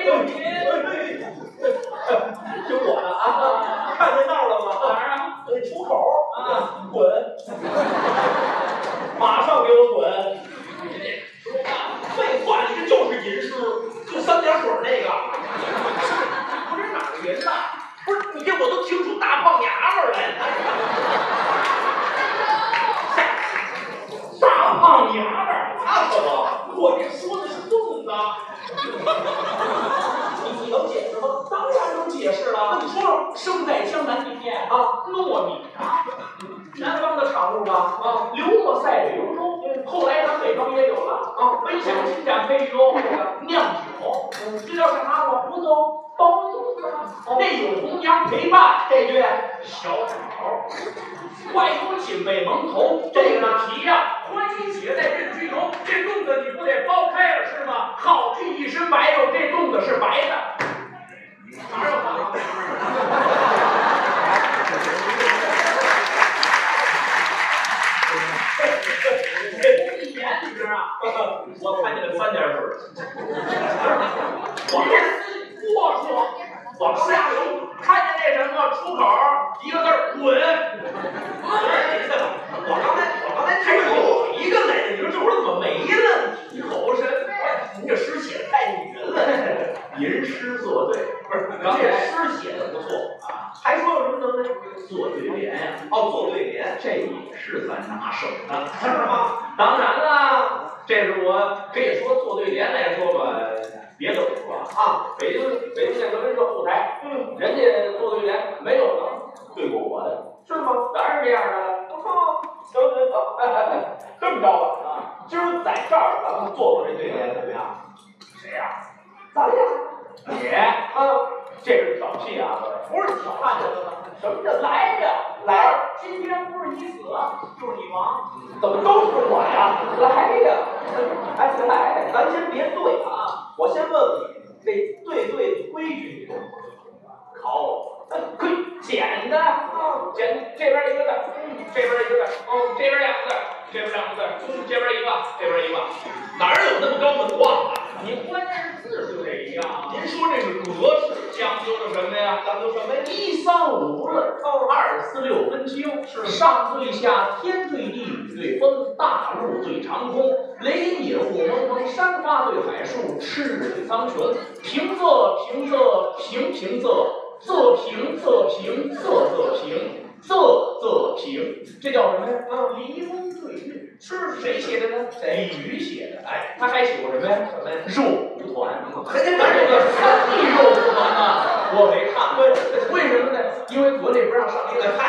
[SPEAKER 4] 有您，听我的啊，看见那儿了吗？
[SPEAKER 9] 哪儿啊？
[SPEAKER 4] 呃，出口啊，滚！马上给我滚！废话，你这就是吟诗，就三点水那个，
[SPEAKER 9] 不是哪儿人呐？
[SPEAKER 4] 不是你这我都听出大胖娘们儿来了。
[SPEAKER 9] 大胖娘们儿，
[SPEAKER 4] 那可不，
[SPEAKER 9] 我这说的是粽子。
[SPEAKER 4] 你你能解释吗？
[SPEAKER 9] 当然能解释了。那你说说，生在江南地面啊，糯米啊，南方的产物吧，啊，流落塞北由中，后来咱北方也有了，啊，飞翔新展飞油，酿酒，这叫啥吗？我不懂，包内有红娘陪伴，这句小炒，外有锦被蒙头，这个皮呀，欢喜写在任君柔，这粽子你不得剥开了是吗？好这一身白肉，这粽子是白的，哪有好的？这一年里边啊，我看见了三点水儿，往过说，往下游，看见那什么出口一个字儿滚。我刚才我刚才还有一个来着，你说这会儿怎么没了？你口神，你这诗写的太拟人了，吟诗作对，不是，这诗写的不错啊。还说有什么能耐？做对联呀、哦，做对联，这也是咱拿手的，是吗？当然啦，这是我可以说做对联来说吧，别的不说啊，北京北京建革命社后台，嗯，人家做对联没有了，对过我的，是吗？当然是这样的。哦行行行，哎哎哎，这么着吧，啊，今儿在这儿咱们做做这对联怎么样？谁呀、咱俩。你啊，这是挑衅啊，不是挑汉子的吗？什么叫来呀？来，今天不是你死，就是你亡，嗯怎么都是我呀？来呀！ 哎来，咱先别对啊，我先问问你，这对对规矩你懂不懂？考我？那可以简单啊，简这边一个字，嗯这边一个字，哦，这边两个字，这边两个字，这边一个，这边一个，哪儿有那么高门框啊？你关键是字数得一样啊。您说这是格式，讲究的什么呀？讲究什么？一三五二，二四六分清，是上对下，天对地，雨对风，大陆对长空，雷隐雾蒙蒙，山花对海树，赤对苍穹，平仄平仄平平仄。仄平仄平仄仄平仄仄平，这叫什么呀？啊，离翁对月，是谁写的呢？李渔写的。哎，他还写过什么呀？什么呀？哎肉蒲 团。咱这个三地肉蒲团啊，我没看过。为什么呢？因为国内不让上映。嗨，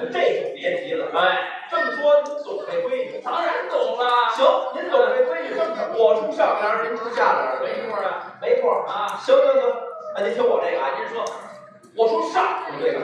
[SPEAKER 9] 这就别提了。哎，这么说您懂这规矩？当然懂了。行，您懂这规矩，我出上联，您出下联，没错啊，没错啊。行行行，那您听我这个啊，您说，我说上对吧？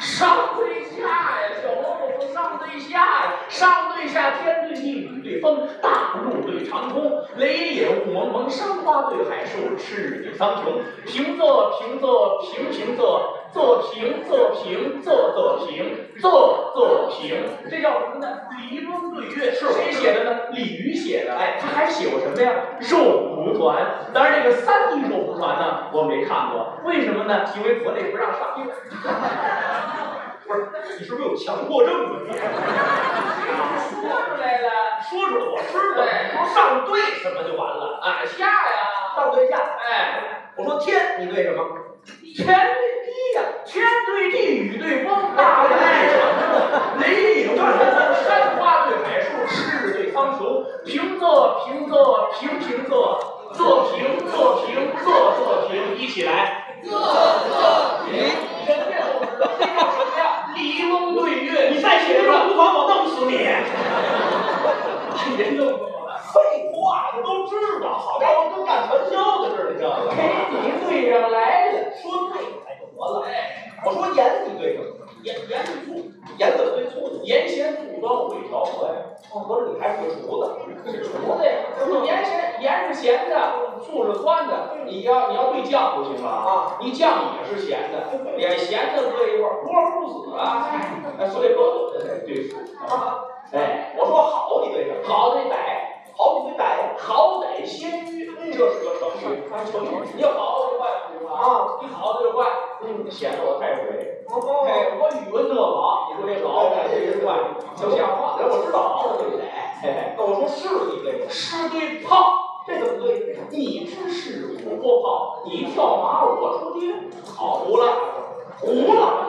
[SPEAKER 9] 上对下呀，小喽啰说上对下呀，上对下，天对地，雨对风，大陆对长空，雷隐雾蒙蒙，山花对海树，赤对苍穹，平仄平仄平平仄，仄平仄平仄仄平，仄仄平，这叫什么呢？离翁对月，是谁写的呢？李渔写的。哎，他还写过什么呀？肉蒲团。当然，这个三 D 肉蒲团呢，我没看过，为什么呢？因为国内不让上映。不是，你是不是有强迫症啊？你说出来了，说出来我知道。你说上对什么就完了啊？下呀，上对下。哎，我说天，你对什么？天对地呀，天对地，雨对风，大对长，雷影对风，山花对海树，赤对苍穹，平仄平仄平平仄，仄平仄平仄仄平，一起来。仄仄平，人家都知道，这叫什么呀？离翁对月。你再写这个不管我弄死你！别弄我了，废话，我都知道，好家伙，跟干传销的似的，这个给你对上来了，说对了就得了。哎，我说盐你对上了，盐盐是醋，盐怎么对醋呢？盐咸醋端会调和呀。哦，合着你还是个厨子，是厨子呀？盐咸盐是咸的，醋是酸的，你要你要对酱不行吗？啊，你酱也是咸的，也咸的搁一块儿，波乎子啊，哎所以说哎对醋啊。哎，我说好，你对上，好得歹，好你对歹，好歹先约，这是个成语，它成语，你要好好就坏不啊，你好就坏，嗯，显得我太水。哎，我语文特好，你说这好歹这坏，就像话，人我知道好的对歹。哎，那我说是你对吗？是对炮，这怎么对？你知是我不炮，你跳马我出街，好了。糊了，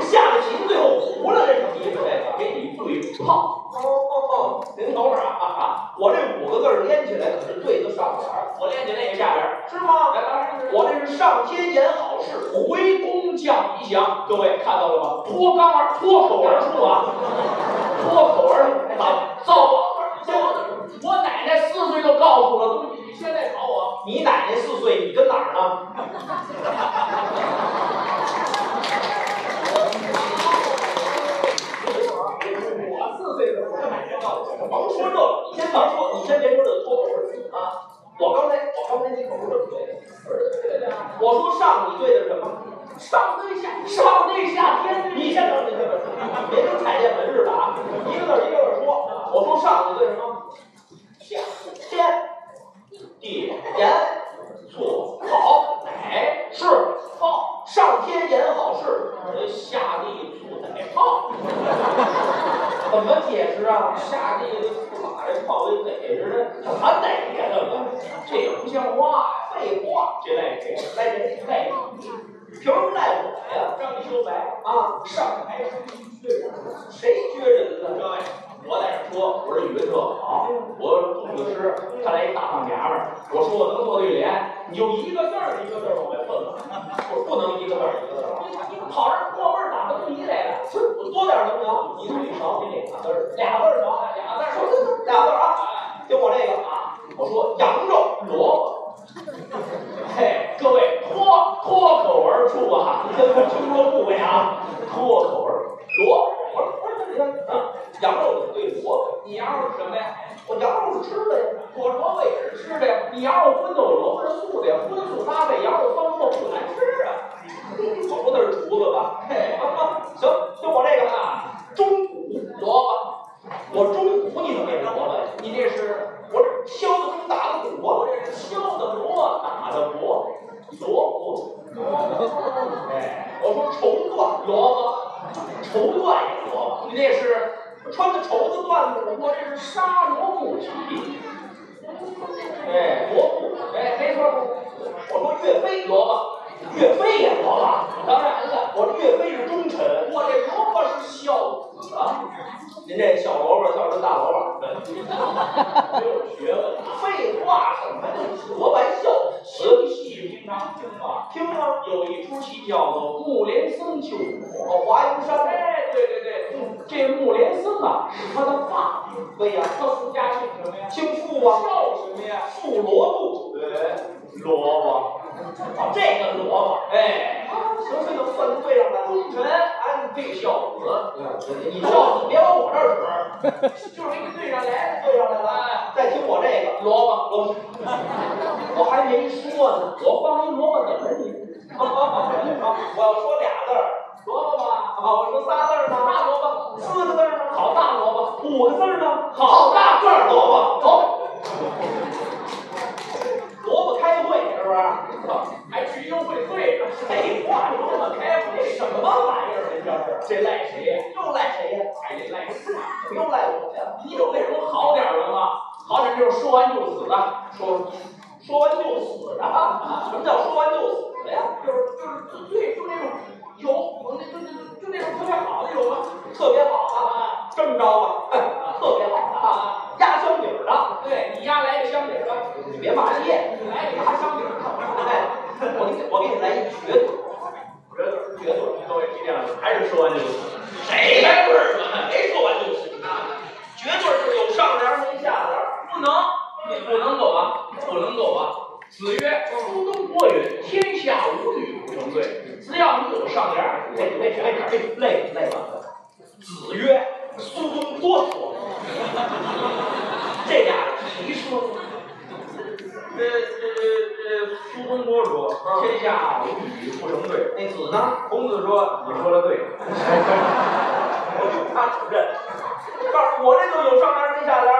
[SPEAKER 9] 下了棋最后糊了，这什么意思？这个给你对炮。哦哦哦，您等会儿啊，哈哈我这五个字儿连起来可是对得上联儿，我连起来也下联儿，是吗？我这是上天言好事，回宫空降一翔，各位看到了吗？脱肛而脱口而出啊，脱口而出，把灶王二将，我奶奶四岁就告诉我了，东西你现在找我，你奶奶四岁，你跟哪儿呢？我四岁的时候，我奶奶告诉我，甭说这个，你先甭说，你先别说这个脱口而出啊。我刚才，我刚才你可不是对的，我说上，你对的是什么？上对下，上对下天。你先等，你先等，别跟彩电门似的啊，一个字儿一个字儿说。我说上，你对什么？下天地言错好乃哎是好，上天言好事，下地醋乃炮。怎么解释啊？下地这驸马这炮跟哪似的？怎么哪呀？这个这也不像话呀！废话，这赖谁？赖人赖你，凭什么赖我呀？让你说白啊！上台谁撅着呢？各位，我在这说，我是语文特好，我是组织师，他来一大胖娘们儿，我说我能做对联，你就一个字儿一个字儿往外蹦啊，我不能一个字儿一个字儿往外蹦，跑这破味儿打不你来的，我多点儿能不能？你嘴少，你俩字儿，俩字儿少，俩字儿少，俩字儿啊，听我这个啊，我说羊肉萝卜。嘿，各位脱脱口而出啊，这我听说部位啊，脱口而出萝卜，你看啊，羊肉对萝卜，你羊肉是什么呀？我羊肉是吃的呀，我萝卜也是吃的呀，你羊肉荤的，我萝卜是素的呀，荤素搭配，羊肉方素不难吃啊。我不得是厨子吧？嘿，行，就我这个啊，中骨萝卜。我中骨你怎么也是萝卜呀？你这是我这削的中打的骨啊，我这是削的萝卜打的脖，萝卜萝卜。哎，我说绸缎萝卜，绸缎也萝卜，你这是穿的绸子缎子，我这是纱罗布匹。哎，萝卜，哎，没错。我说岳飞萝卜。岳飞也萝卜，当然了，我这岳飞是忠臣，我这萝卜是孝子啊。您这小萝卜孝顺大萝卜，嗯没有学问。废话，什么叫什么玩笑？戏戏平常听吗？听吗？有一出戏叫做《木莲僧救火华严山》。哎，对对对，嗯这木莲僧啊是他的爸。对呀，他俗家姓什么呀？姓傅啊。叫什么呀？傅萝卜。对，萝卜。啊，这个萝卜，哎，行，这就算对上了。忠臣，安对孝子，你孝子别往我这儿使，就是给你对上来，对上来了。再听我这个萝卜，萝卜， 我还没说呢，我放一萝卜等着 你。我要说俩字儿，萝卜吧，啊，我说仨字儿呢，大萝卜，四个字儿呢，好大萝卜，五个字儿呢，好大个儿萝卜，走。萝卜开会是不是？还去优惠会？废话，萝卜开会什么玩意儿？这是这赖谁呀？又赖谁呀？哎，这赖谁？又赖我呀？你有那种好点儿的吗？好点儿就是说完就死的，说说完就死的。什么叫说完就死的呀？就是就是对，就那种有，我那就就就那种特别好的有吗？特别好啊！这么着吧，哎，特别好啊！压箱底儿的，对你压来个箱底儿的，你别骂街，你来个压箱底儿的，哎，我给你我给你来一绝对，绝对绝对，各位听见了吗？还是说完就死？谁还不是谁说完就死呢？绝对是有上联儿没下联儿，不能不能走啊，不能走啊！子曰：“苏东坡云，天下无律不成罪。只要你有上联儿，累累累累累累了。”子曰：“苏东坡说。”这俩谁说的？这这这苏东坡说：“天下无语不成对。”嗯那子呢？孔子说：“你说的 对。”我就他承认，告诉我这就有上联没下联，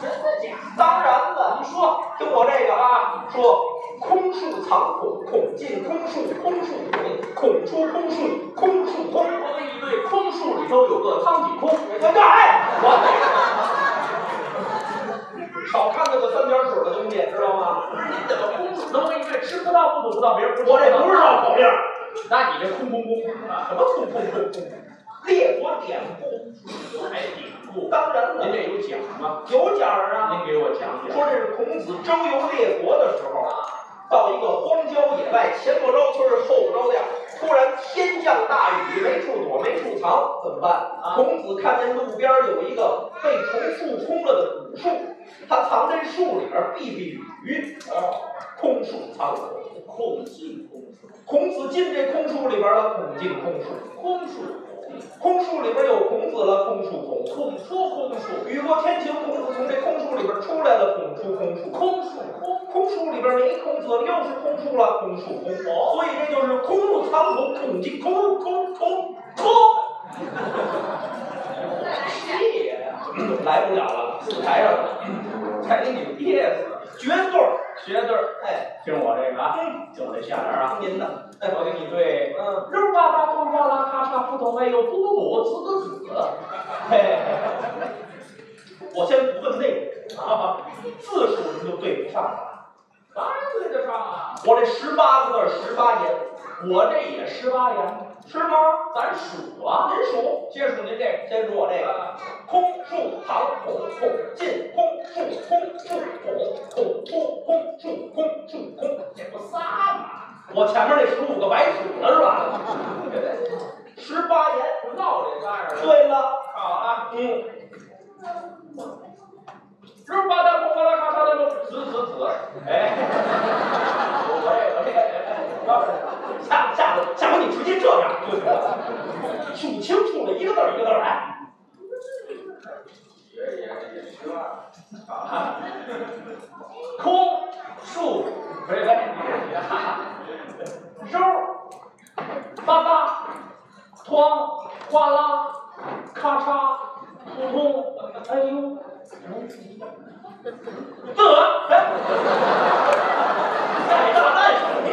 [SPEAKER 9] 真的假？当然了，你说听我这个啊，说空树藏孔，孔进空树，空树孔，孔出空树，空树空。我问一对，空树里头有个苍井空，干哎，我。少看那个三点水的东西，知道吗？不是你怎么空手能一对吃不到不吐不到别人不我这不是绕口令，那你这空空空什么空空空空？列国典故，还典故，当然了，您这有讲吗？有讲啊，您给我讲讲。说这是孔子周游列国的时候，
[SPEAKER 11] 到一个荒郊野外、前不着村儿后不着店儿，突然天降大雨，没处躲没处藏，怎么办？孔子看见路边儿有一个被虫蛀空了的古树，他藏在树里边儿避避雨，空树藏龙，
[SPEAKER 9] 孔进空树，
[SPEAKER 11] 孔子进这空树里边儿了，孔进空树，
[SPEAKER 9] 空树
[SPEAKER 11] 空树里边儿有孔子了，孔树孔。
[SPEAKER 9] 孔出空树，
[SPEAKER 11] 雨过天晴，孔子从这空树里边出来了，孔出空树，
[SPEAKER 9] 空树空。
[SPEAKER 11] 空树里边没孔子，又是空树了，空树空。所以这就是空入苍穹，孔进空空空空。
[SPEAKER 9] 谢呀，
[SPEAKER 11] 来不了了，台上了，
[SPEAKER 9] 才给你憋死。
[SPEAKER 11] 绝对儿，
[SPEAKER 9] 学字儿，
[SPEAKER 11] 哎，嗯
[SPEAKER 9] 听我这个啊，听我这下联啊，
[SPEAKER 11] 您的，
[SPEAKER 9] 我给你对，
[SPEAKER 11] 嗯，
[SPEAKER 9] 肉吧吧，空哇啦，咔嚓，不懂哎呦，不补子个子，
[SPEAKER 11] 嘿，我先不问那个啊，字数您就对不上了。
[SPEAKER 9] 当然对得上啊，
[SPEAKER 11] 我这十八个字，十八言，
[SPEAKER 9] 我这也十八言，
[SPEAKER 11] 是吗？
[SPEAKER 9] 咱数啊，
[SPEAKER 11] 您数，
[SPEAKER 9] 先数您这个，
[SPEAKER 11] 先数我这个，
[SPEAKER 9] 啊
[SPEAKER 11] 空树藏孔，孔进空树，空树孔，孔出空树，空树空。
[SPEAKER 9] 这不仨吗？
[SPEAKER 11] 我前面那十五个白数了是吧？十八言。
[SPEAKER 9] 闹这仨人了，
[SPEAKER 11] 对了，
[SPEAKER 9] 好啊，
[SPEAKER 11] 嗯，
[SPEAKER 9] 肉吧吧，空哇啦，咔嚓的就子子子，哎，我这我这个，
[SPEAKER 11] 下下回下回你直接这样就行了，数清楚了，一个字儿一个字儿来。
[SPEAKER 9] 也也也十万，好啊。
[SPEAKER 11] 空树哎
[SPEAKER 9] 喂喂，
[SPEAKER 11] 肉，
[SPEAKER 9] 八八，哐，哗啦，咔嚓，扑通，哎呦，
[SPEAKER 11] 得，哎，大蛋你，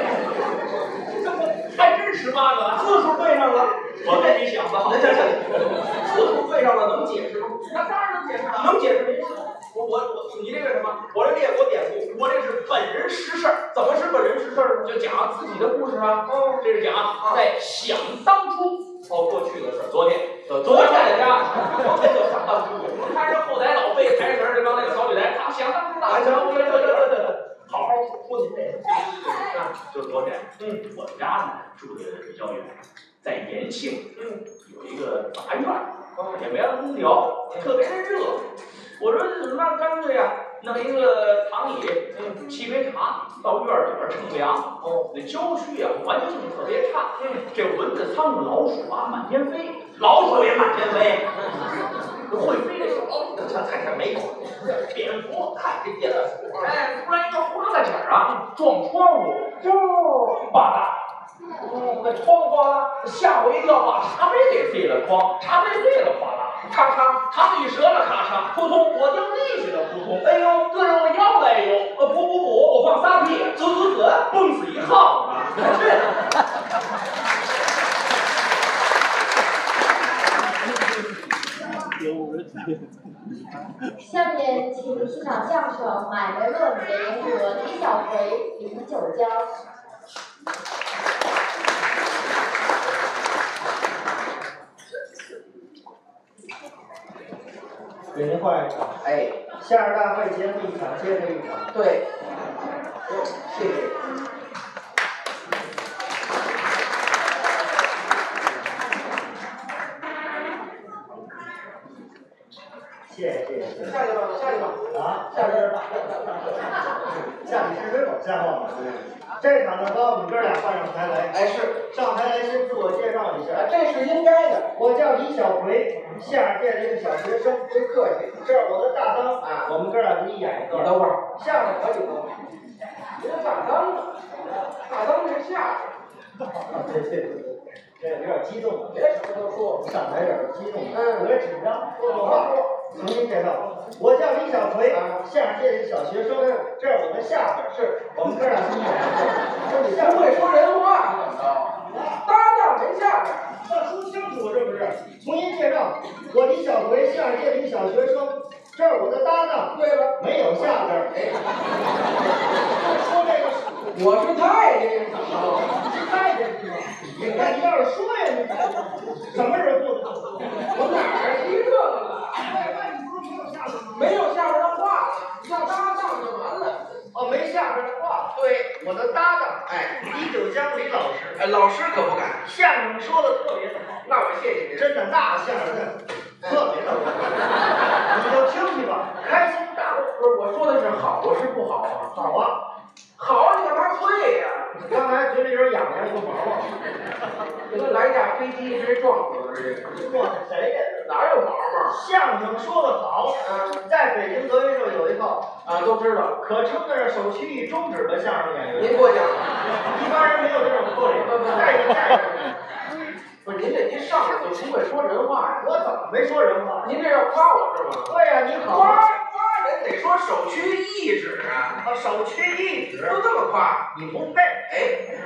[SPEAKER 9] 这不还真十八个啊？
[SPEAKER 11] 字数对上了，
[SPEAKER 9] 我跟你想的好
[SPEAKER 11] 行，行行，字数对上了能解释吗？
[SPEAKER 9] 那当然能解释了。
[SPEAKER 11] 能解释您说，我我我，你这个什么？我这列国典故，我这是本人实事儿，怎么是本人实事儿呢？
[SPEAKER 9] 就讲自己的故事啊，
[SPEAKER 11] 嗯，
[SPEAKER 9] 这是讲在想当初，
[SPEAKER 11] 哦，过去的事儿，昨天，
[SPEAKER 9] 昨天在家，
[SPEAKER 11] 这就想当初。
[SPEAKER 9] 看着后台老背台词儿，就刚那个扫女台，他想当初大
[SPEAKER 11] 哎，行
[SPEAKER 9] 想
[SPEAKER 11] 了，行
[SPEAKER 9] 当初
[SPEAKER 11] 了，
[SPEAKER 9] 大
[SPEAKER 11] 行
[SPEAKER 9] 想
[SPEAKER 11] 了，行了，好好说您这个。
[SPEAKER 9] 就昨天，
[SPEAKER 11] 嗯，
[SPEAKER 9] 我们家呢住的比较远，在延庆，
[SPEAKER 11] 嗯，
[SPEAKER 9] 有一个杂院儿，也没安空调，特别的热。我说那干脆啊，弄一个躺椅，
[SPEAKER 11] 嗯
[SPEAKER 9] 沏杯茶，到院儿里边儿乘凉。
[SPEAKER 11] 哦，
[SPEAKER 9] 那郊区啊，环境特别差，
[SPEAKER 11] 嗯，
[SPEAKER 9] 这蚊子、苍蝇、老鼠啊满天飞，
[SPEAKER 11] 老鼠也满天飞，
[SPEAKER 9] 会飞的小哦老
[SPEAKER 11] 这
[SPEAKER 9] 鼠，
[SPEAKER 11] 这这没有，
[SPEAKER 9] 蝙蝠，
[SPEAKER 11] 太这电鼠。
[SPEAKER 9] 哎，突然一个花大点儿啊，撞窗户，哟，吧嗒。
[SPEAKER 11] 哦，
[SPEAKER 9] 那哐哗啦，吓我一跳，把茶杯给碎了，哐，茶杯碎了，哗啦，咔嚓，茶米折了，咔嚓，扑通，我掉地下了，扑通，哎呦，硌着我腰了，哎呦，
[SPEAKER 11] 呃，不不不，
[SPEAKER 9] 我放仨屁，
[SPEAKER 11] 子子子，
[SPEAKER 9] 蹦死一啊耗 子，
[SPEAKER 2] 下面请欣赏相声《买了乐梅》和李小葵、林九江。
[SPEAKER 12] 给您换一场。
[SPEAKER 11] 哎，
[SPEAKER 12] 相声大会结束一场接着一场，
[SPEAKER 11] 对，谢谢。
[SPEAKER 12] 谢谢谢谢。
[SPEAKER 11] 下一个吧，下一个。
[SPEAKER 12] 啊，下边儿吧。下你是真搞笑话吗？这场呢，把我们哥俩换上台来。
[SPEAKER 11] 哎，是，
[SPEAKER 12] 上台来先自我介绍一下，
[SPEAKER 11] 这是应该的。
[SPEAKER 12] 我叫李小葵，相声界的一个小学生，
[SPEAKER 11] 别客气，
[SPEAKER 12] 这是我的大纲
[SPEAKER 11] 啊
[SPEAKER 12] 我们哥俩就一演一
[SPEAKER 11] 你
[SPEAKER 12] 段。
[SPEAKER 11] 等会儿，
[SPEAKER 12] 相声可以吗？
[SPEAKER 11] 您大纲呢？大纲是下边。
[SPEAKER 12] 对对对，这有点激动啊，
[SPEAKER 11] 别什么都说。
[SPEAKER 12] 上台有点激动，
[SPEAKER 11] 嗯
[SPEAKER 12] 有点紧张，说不
[SPEAKER 11] 好
[SPEAKER 12] 好。重新介绍，我叫李小葵，
[SPEAKER 11] 嗯
[SPEAKER 12] 相声界的小学生，这是我的下边，是我们哥俩是 一演一段。
[SPEAKER 11] 不会说人话怎么着？搭档没下边。
[SPEAKER 12] 要说清楚是不是？重新介绍，我李小葵，相声界的一小学生，这是我的搭档，
[SPEAKER 11] 对了，
[SPEAKER 12] 没有下边儿。
[SPEAKER 11] 哎
[SPEAKER 12] 说这个是
[SPEAKER 11] 我是太监。了。
[SPEAKER 12] 太监是吧？你看你倒是说呀，你什么人不懂？
[SPEAKER 11] 我哪儿提这个了？没有下边的话了，要搭档就完了。
[SPEAKER 12] 哦，没下边儿的话，
[SPEAKER 11] 对，我的搭档，哎，李九江李老师，
[SPEAKER 4] 哎，老师可不敢，
[SPEAKER 11] 相声说的特别的好，
[SPEAKER 4] 那我谢谢您。哎
[SPEAKER 11] 真的，那相声特别的好，你就听去吧，开心大会。
[SPEAKER 4] 不是，我说的是好，我是不好啊。
[SPEAKER 11] 好啊，
[SPEAKER 4] 好，你干嘛啐呀？
[SPEAKER 11] 刚才嘴里有点痒痒，又毛啊，
[SPEAKER 4] 这都来架飞机直接撞死了，这
[SPEAKER 11] 撞谁呀？
[SPEAKER 4] 哪有毛毛？嗯
[SPEAKER 11] 相声说得好，在北京德云社有一套，
[SPEAKER 4] 啊，都知道。
[SPEAKER 11] 可称得上首屈一中指的相声演员。
[SPEAKER 4] 您过奖，
[SPEAKER 11] 一般人没有这种魄力。带着带着，
[SPEAKER 4] 不是您这您上来就不会说人话呀？
[SPEAKER 11] 我怎么没说人话？
[SPEAKER 4] 您这要夸我是吗？
[SPEAKER 11] 对呀，你
[SPEAKER 4] 夸
[SPEAKER 11] 好，
[SPEAKER 4] 夸人得说首屈一指啊，
[SPEAKER 11] 啊，首屈一指，
[SPEAKER 4] 都这么夸，
[SPEAKER 11] 你不背。
[SPEAKER 4] 哎，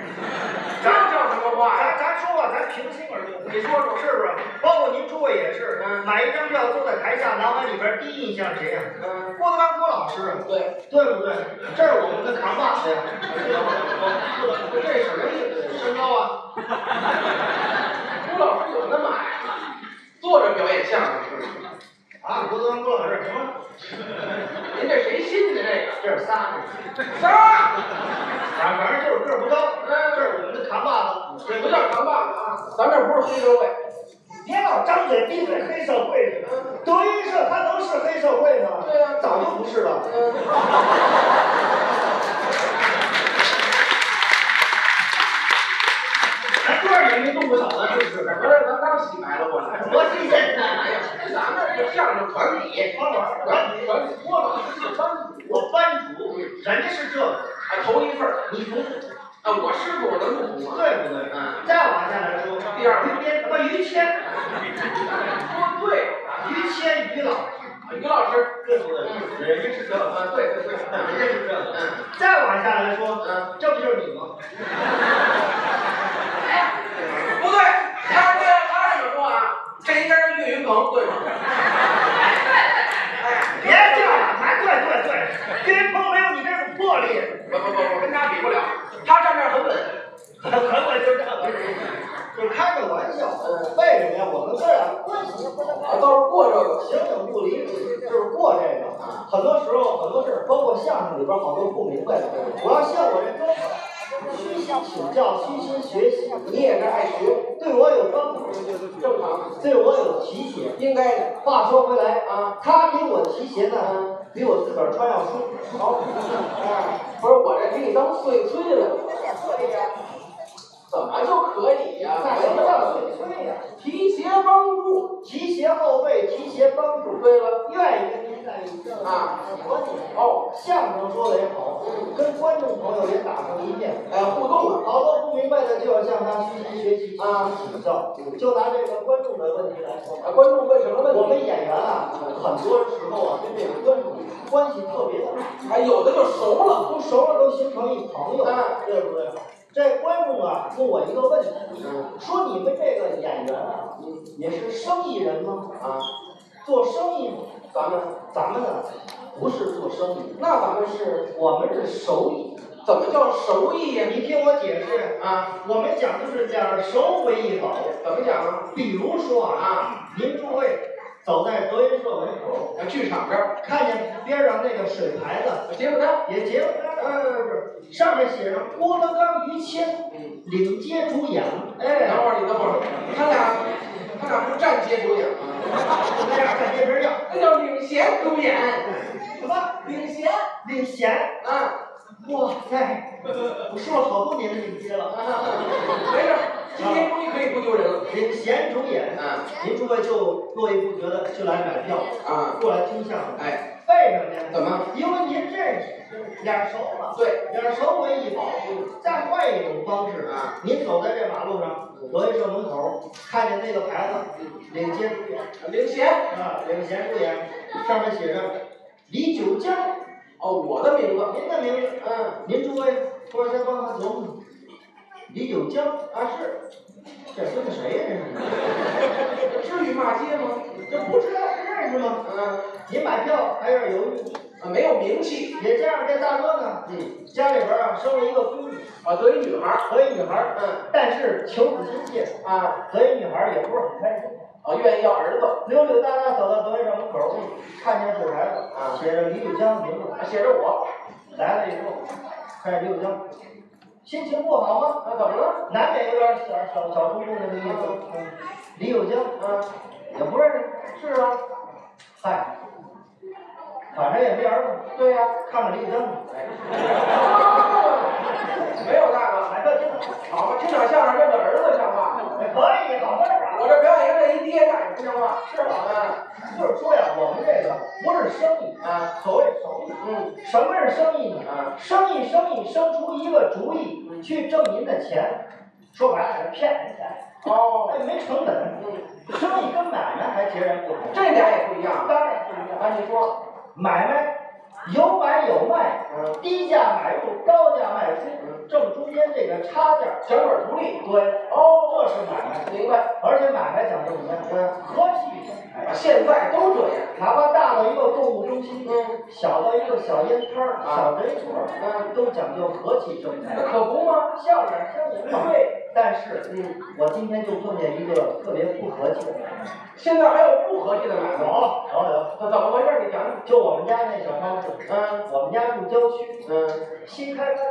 [SPEAKER 4] 这叫什么话呀？
[SPEAKER 11] 咱咱说话，咱平心而论，
[SPEAKER 4] 你说说
[SPEAKER 11] 是不是？包括您诸位也是，买一张票坐在台下，脑海里边第一印象谁呀？
[SPEAKER 4] 嗯，
[SPEAKER 11] 郭德纲郭老师，啊
[SPEAKER 4] 对，
[SPEAKER 11] 对不对？这是我们的扛把子呀。 这什么意思？身高啊？
[SPEAKER 4] 郭老师有那么矮吗？坐着表演相声是吗？
[SPEAKER 11] 啊，郭德纲郭老师什么？
[SPEAKER 4] 您这谁信的这
[SPEAKER 11] 这是仨呢。
[SPEAKER 4] 个？啥？
[SPEAKER 11] 反反正就是个儿不高，这是我们的扛把子。
[SPEAKER 4] 这不叫扛把子啊，咱这不是黑社会。
[SPEAKER 11] 别老张嘴闭嘴黑社会，德云社他能是黑社会吗？
[SPEAKER 4] 对呀
[SPEAKER 11] 早就不是了。咱多少年没动过手了，是不是？
[SPEAKER 4] 不是，咱刚洗白了过来。
[SPEAKER 11] 多新鲜！
[SPEAKER 4] 咱们这相声团体，
[SPEAKER 11] 帮我，
[SPEAKER 4] 团体团体郭老师是班主，
[SPEAKER 11] 我班主，人家是这个，
[SPEAKER 4] 啊，头一份儿，你不服？啊，我师傅我能不服吗？
[SPEAKER 11] 对不对？
[SPEAKER 4] 嗯
[SPEAKER 11] 再往下来说，
[SPEAKER 4] 第二个
[SPEAKER 11] 于谦，不于谦，
[SPEAKER 4] 说对了，
[SPEAKER 11] 于谦于老师，
[SPEAKER 4] 于老师，
[SPEAKER 11] 对不对？人家是这个，
[SPEAKER 4] 啊，对对对，
[SPEAKER 11] 人家是这个。
[SPEAKER 4] 嗯
[SPEAKER 11] 再往下来说，
[SPEAKER 4] 嗯，
[SPEAKER 11] 这不就是你吗？
[SPEAKER 4] 不对， 他对他怎么说啊？这应该是岳云鹏，对吗？
[SPEAKER 11] 别这样，还对对对，岳云鹏没有你这种魄力，
[SPEAKER 4] 不不不，我跟他比不了，他站这儿很稳。
[SPEAKER 11] 很稳就这个，就开个玩笑。呃为什么呀？我们哥俩关系不好。
[SPEAKER 4] 啊，倒是过这个。
[SPEAKER 11] 形影不离，就是过这个。很多时候，很多事儿，包括相声里边好多不明白的。我要像我这哥们儿，虚心请教，虚心学习，
[SPEAKER 4] 你也是爱学，
[SPEAKER 11] 对我有帮助，
[SPEAKER 4] 正常，
[SPEAKER 11] 对我有提携。
[SPEAKER 4] 应该的。
[SPEAKER 11] 话说回来
[SPEAKER 4] 啊，
[SPEAKER 11] 他给我提携呢，比我自个儿穿要舒服。 好，
[SPEAKER 4] 哎，不是我这给你当碎催了，怎么就可以呀、
[SPEAKER 11] 那什么叫水亏呀？
[SPEAKER 4] 提携帮助。
[SPEAKER 11] 提携后辈，提携帮助，
[SPEAKER 4] 对了，
[SPEAKER 11] 愿意跟您在一块儿
[SPEAKER 4] 啊
[SPEAKER 11] 喜欢你。
[SPEAKER 4] 哦，
[SPEAKER 11] 相声说的也好，跟观众朋友也打成一片。
[SPEAKER 4] 哎，互动了。
[SPEAKER 11] 好多不明白的就要向他虚心学习啊，请教。就拿这个观众的问题来说
[SPEAKER 4] 啊，
[SPEAKER 11] 吧
[SPEAKER 4] 观众问什么问题？
[SPEAKER 11] 我们演员啊，很多时候啊，跟这个观众关系特别的好，
[SPEAKER 4] 哎，有的就熟了。
[SPEAKER 11] 都熟了都形成一朋友，
[SPEAKER 4] 啊
[SPEAKER 11] 对不对？这观众啊，问我一个问题，
[SPEAKER 4] 嗯
[SPEAKER 11] 说你们这个演员啊，也是生意人吗？
[SPEAKER 4] 啊，
[SPEAKER 11] 做生意吗？
[SPEAKER 4] 咱们
[SPEAKER 11] 咱们呢，不是做生意，
[SPEAKER 4] 那咱们是
[SPEAKER 11] 我们是手艺。
[SPEAKER 4] 怎么叫熟艺呀？
[SPEAKER 11] 你听我解释，
[SPEAKER 4] 啊，
[SPEAKER 11] 我们讲就是讲手为一宝。
[SPEAKER 4] 怎么讲啊？
[SPEAKER 11] 比如说啊，您诸位走在德云社门口，
[SPEAKER 4] 啊，剧场这儿
[SPEAKER 11] 看见边上那个水牌子，
[SPEAKER 4] 结果呃呢？
[SPEAKER 11] 也结了单儿，上面写着郭德纲、于谦
[SPEAKER 4] 嗯，
[SPEAKER 11] 领接主演。
[SPEAKER 4] 等
[SPEAKER 11] 哎，
[SPEAKER 4] 会儿你等会儿，他俩他俩不站街主演吗？
[SPEAKER 11] 咱俩看电视样，
[SPEAKER 4] 那叫领衔主演，
[SPEAKER 11] 什么
[SPEAKER 4] 领衔
[SPEAKER 11] 领衔？
[SPEAKER 4] 啊，
[SPEAKER 11] 哇塞，我说了好多年的领接了，
[SPEAKER 4] 没事，今天终于可以不丢人了。
[SPEAKER 11] 领衔主演。
[SPEAKER 4] 啊
[SPEAKER 11] 您诸位就络绎不绝的就来买票，
[SPEAKER 4] 啊，
[SPEAKER 11] 过来听相声。
[SPEAKER 4] 哎，
[SPEAKER 11] 为什么呀？
[SPEAKER 4] 怎么？
[SPEAKER 11] 因为您认识，脸熟了。
[SPEAKER 4] 对，
[SPEAKER 11] 脸熟为一宝，再换一种方式啊！您走在这马路上，德云社门口，看见那个牌子，领接主演
[SPEAKER 4] 领衔
[SPEAKER 11] 啊，领衔主演，上面写着李九江，
[SPEAKER 4] 哦，我的名字，
[SPEAKER 11] 您的名字，
[SPEAKER 4] 嗯，
[SPEAKER 11] 您诸位过来先帮他琢磨，李九江啊是，这孙子谁呀、
[SPEAKER 4] 至于骂街吗？
[SPEAKER 11] 这是？这不知道不认识吗？
[SPEAKER 4] 嗯，
[SPEAKER 11] 您买票还有点犹豫，
[SPEAKER 4] 啊，没有名气。
[SPEAKER 11] 也这样，这大哥呢，
[SPEAKER 4] 嗯，
[SPEAKER 11] 家里边啊生了一个闺女，
[SPEAKER 4] 啊，得一女孩儿，
[SPEAKER 11] 和一女孩儿，
[SPEAKER 4] 嗯
[SPEAKER 11] 但是求子心切，
[SPEAKER 4] 啊，
[SPEAKER 11] 所以女孩儿也不是很开心。
[SPEAKER 4] 啊，愿意要儿子，
[SPEAKER 11] 溜溜达达走到德云社门口，看见水牌子，写着李九江的名字，
[SPEAKER 4] 啊，写着我，
[SPEAKER 11] 来了以后，看见李九江，心情不
[SPEAKER 4] 啊
[SPEAKER 11] 好吗？
[SPEAKER 12] 那怎么了？
[SPEAKER 11] 难免有点小小小冲动的那意思。李友京，嗯，也不认识，是啊，嗨，反正也没儿子，
[SPEAKER 12] 对呀、
[SPEAKER 11] 看看李友京吧，
[SPEAKER 4] 没有大哥，
[SPEAKER 11] 来这听听，
[SPEAKER 4] 好吧，听点相声认个儿子像话。
[SPEAKER 11] 可以，好办法。
[SPEAKER 4] 我这表演一个一爹，那也不像话。
[SPEAKER 11] 是吧？就是说呀，我们这个不是生意啊，所谓生意，嗯，什么是生意呢？啊，生意生意生出一个主意去挣您的钱，说白了是骗您钱。哦，那没成本。嗯，生意跟买卖还截然不同，
[SPEAKER 4] 这俩也不一样
[SPEAKER 11] 当然不一样。
[SPEAKER 4] 啊，你说，
[SPEAKER 11] 买卖有买有卖，
[SPEAKER 4] 嗯
[SPEAKER 11] 低价买入，高价卖出，挣中间这个差价，
[SPEAKER 4] 小本图利，
[SPEAKER 11] 对，哦，这是买卖。
[SPEAKER 4] 明白？嗯
[SPEAKER 11] 而且买卖讲究什么呀？和气哎与生财。
[SPEAKER 4] 现在都这样。
[SPEAKER 11] 哪怕大到一个购物中心，
[SPEAKER 4] 嗯
[SPEAKER 11] 小到一个小烟摊儿、小诊所，都讲究和气生财。
[SPEAKER 4] 可不吗？嗯
[SPEAKER 11] 笑脸相迎嘛。对。但是，嗯，我今天就碰见一个特别不和气的买卖。
[SPEAKER 4] 现在还有不合计的买
[SPEAKER 11] 有有
[SPEAKER 4] 卖，
[SPEAKER 11] 有，
[SPEAKER 4] 怎么回事？你讲讲。
[SPEAKER 11] 就我们家那小超市，嗯，我们家住郊区，嗯，新开发，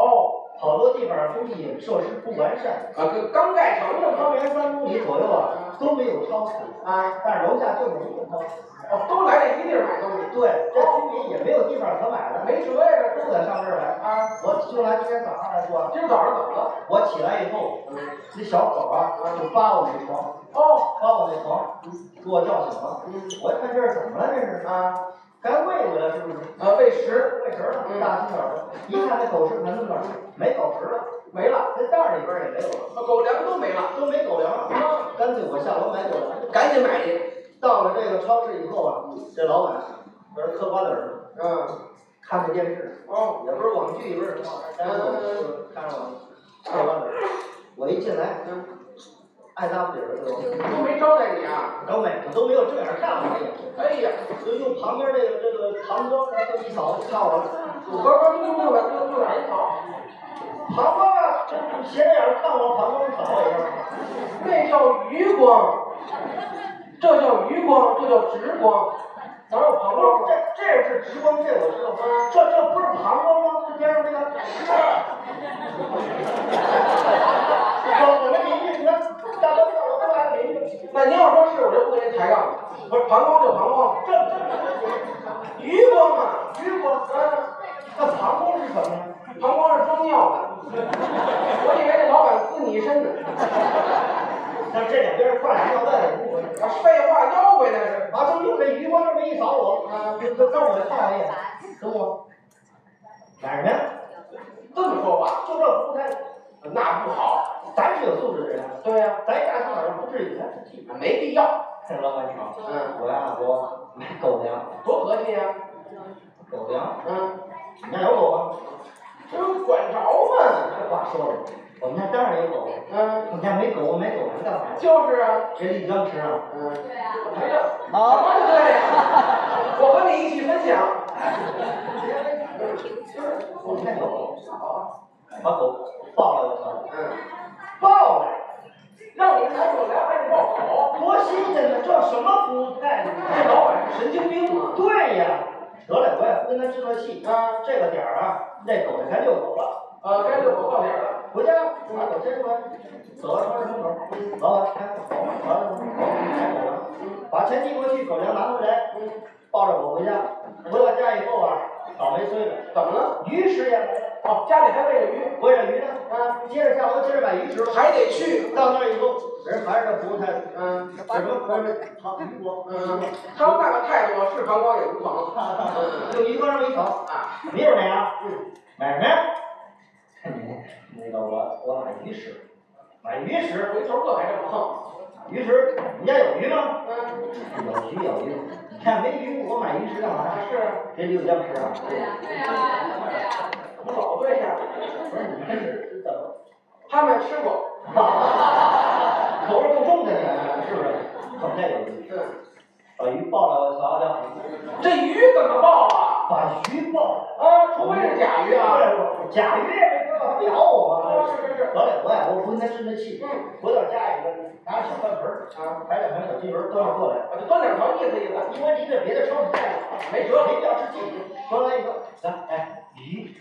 [SPEAKER 11] 哦，好多地方供给设施不完善，
[SPEAKER 4] 啊，这刚盖成的
[SPEAKER 11] 方
[SPEAKER 4] 吗？
[SPEAKER 11] 圆三公里左右啊都没有超市啊，但是楼下就有一个超市。
[SPEAKER 4] 哦，都来这一地儿买东西，
[SPEAKER 11] 对，这居民也没有地方可买了，
[SPEAKER 4] 没辙呀。
[SPEAKER 11] 都得上这儿来啊！我就拿今天早上来说啊，
[SPEAKER 4] 今儿早上怎么了？
[SPEAKER 11] 我起来以后，那小狗啊就扒我那
[SPEAKER 4] 嗯
[SPEAKER 11] 床，
[SPEAKER 4] 哦，嗯
[SPEAKER 11] 把我那床给我叫醒了。我一看这是怎么了？这是啊，该喂喂了是不是？
[SPEAKER 4] 啊，喂食嗯
[SPEAKER 11] 喂食了，大清早的，一看那狗食盆子那儿没狗食了，
[SPEAKER 4] 没了，
[SPEAKER 11] 那袋儿里边也没有了，
[SPEAKER 4] 那狗粮都没了，
[SPEAKER 11] 都没狗粮了。干脆我下楼买狗粮。
[SPEAKER 4] 赶紧买去。
[SPEAKER 11] 到了这个超市以后啊，这老板这是嗑瓜子儿，嗯，看着电视，
[SPEAKER 4] 哦，
[SPEAKER 11] 也不是网剧，也不是什么，看着我，看着我，嗑瓜子儿。我一进来，爱搭不理儿 就
[SPEAKER 4] 都没招待你啊！
[SPEAKER 11] 都没，我都没有正眼看我一眼，
[SPEAKER 4] 哎呀，
[SPEAKER 11] 就用旁边这个这个旁装的这么一扫看我了，
[SPEAKER 4] 我我不不不不不敢跑，
[SPEAKER 11] 膀胱啊，斜着眼儿看我，膀胱扫我一下，
[SPEAKER 4] 那叫余光，这叫余光，这叫直光，哪有旁
[SPEAKER 11] 不是
[SPEAKER 4] 光？
[SPEAKER 11] 这这是直光，这我知道，这这不是膀胱吗？这边上这个是，我我的邻居，你看，大哥我都来邻居，
[SPEAKER 4] 那您要说是，我就不跟您抬杠了。不是膀胱就膀胱，
[SPEAKER 11] 这这
[SPEAKER 4] 余光啊，
[SPEAKER 11] 这鱼光，那膀胱是什么呀？
[SPEAKER 4] 膀胱是装尿的。我以为这老板滋你一身呢。
[SPEAKER 11] 那这两边挂着尿袋，如果
[SPEAKER 4] 啊，废话，妖怪那是。
[SPEAKER 11] 啊，就用这余光这么一扫我，啊，就就让我看我一眼，跟我干什么呀？
[SPEAKER 4] 这么说话，
[SPEAKER 11] 就这不开，
[SPEAKER 4] 那不好。
[SPEAKER 11] 咱是有素质的人，
[SPEAKER 4] 对呀、
[SPEAKER 11] 咱大清早上不至于咱是地
[SPEAKER 4] 没必要，
[SPEAKER 11] 老板你好，嗯，我呀我买狗粮，
[SPEAKER 4] 多和气呀、
[SPEAKER 11] 狗粮，
[SPEAKER 4] 嗯，
[SPEAKER 11] 你家有狗吗？
[SPEAKER 4] 这不管着吗？
[SPEAKER 11] 这话说的，我们家当然有狗，
[SPEAKER 4] 嗯，
[SPEAKER 11] 我们家没狗，我买狗粮干嘛呀？
[SPEAKER 4] 就是啊，
[SPEAKER 11] 给李刚吃啊，嗯，
[SPEAKER 2] 对啊，
[SPEAKER 4] 哎呀，什么就对呀？我和你一起分享。
[SPEAKER 11] 我们家有狗，好，把狗抱来就成，嗯，抱来。
[SPEAKER 4] 让你抬狗粮还得抱狗，
[SPEAKER 11] 多新鲜呢！这什么服务态度？
[SPEAKER 4] 这老板是神经病啊！
[SPEAKER 11] 对哎呀，得嘞，我也不跟他置这气啊。这个点儿啊，那狗就该遛狗了，
[SPEAKER 4] 啊，该遛狗到点儿了。
[SPEAKER 11] 回家。啊，我先出来，走到超市门口，老板看狗，完了狗买狗粮，把钱递过去，狗粮拿回来，抱着我回家。回到家以后啊，倒霉催了，
[SPEAKER 4] 怎么了？
[SPEAKER 11] 鱼食也没了。
[SPEAKER 4] 哦，家里还喂着鱼，
[SPEAKER 11] 喂着鱼呢，啊，接着下楼，接着买鱼食了。
[SPEAKER 4] 还得去。
[SPEAKER 11] 到那儿以后，人还是这服务态度，嗯，什么不是好鱼光，嗯。
[SPEAKER 4] 他们那个态度啊是膀胱也无妨。
[SPEAKER 11] 就一个人一头啊，没有那样，嗯，买什么呀？那个我我买鱼食，买鱼食，
[SPEAKER 4] 回头乐还这么横，
[SPEAKER 11] 啊鱼食，你家有鱼吗？嗯，有鱼有鱼，你看没鱼我买鱼食干嘛呀？
[SPEAKER 4] 是
[SPEAKER 11] 给李子酱吃啊？
[SPEAKER 2] 对啊，对啊。
[SPEAKER 4] 我老对象，
[SPEAKER 11] 不是你这是怎么？
[SPEAKER 4] 他们吃过，
[SPEAKER 11] 口味够重的你，是不是？
[SPEAKER 2] 嗯
[SPEAKER 11] 我们家有鱼，
[SPEAKER 4] 是
[SPEAKER 11] 把鱼抱来我瞧瞧，
[SPEAKER 4] 这鱼怎么抱啊？
[SPEAKER 11] 把鱼抱来。
[SPEAKER 4] 啊，除非是甲鱼啊。
[SPEAKER 11] 甲鱼也没办法咬我嘛。
[SPEAKER 4] 啊，是是是，
[SPEAKER 11] 得嘞，我呀，我不跟他置那气。回到家以后，拿小饭盆儿啊，摆两盘小金鱼儿端上过来，
[SPEAKER 4] 我就端两条意思意思，
[SPEAKER 11] 因为离着别的超市太远了，
[SPEAKER 4] 没辙。
[SPEAKER 11] 谁要吃鸡，端来一个，来，哎，鱼，鱼，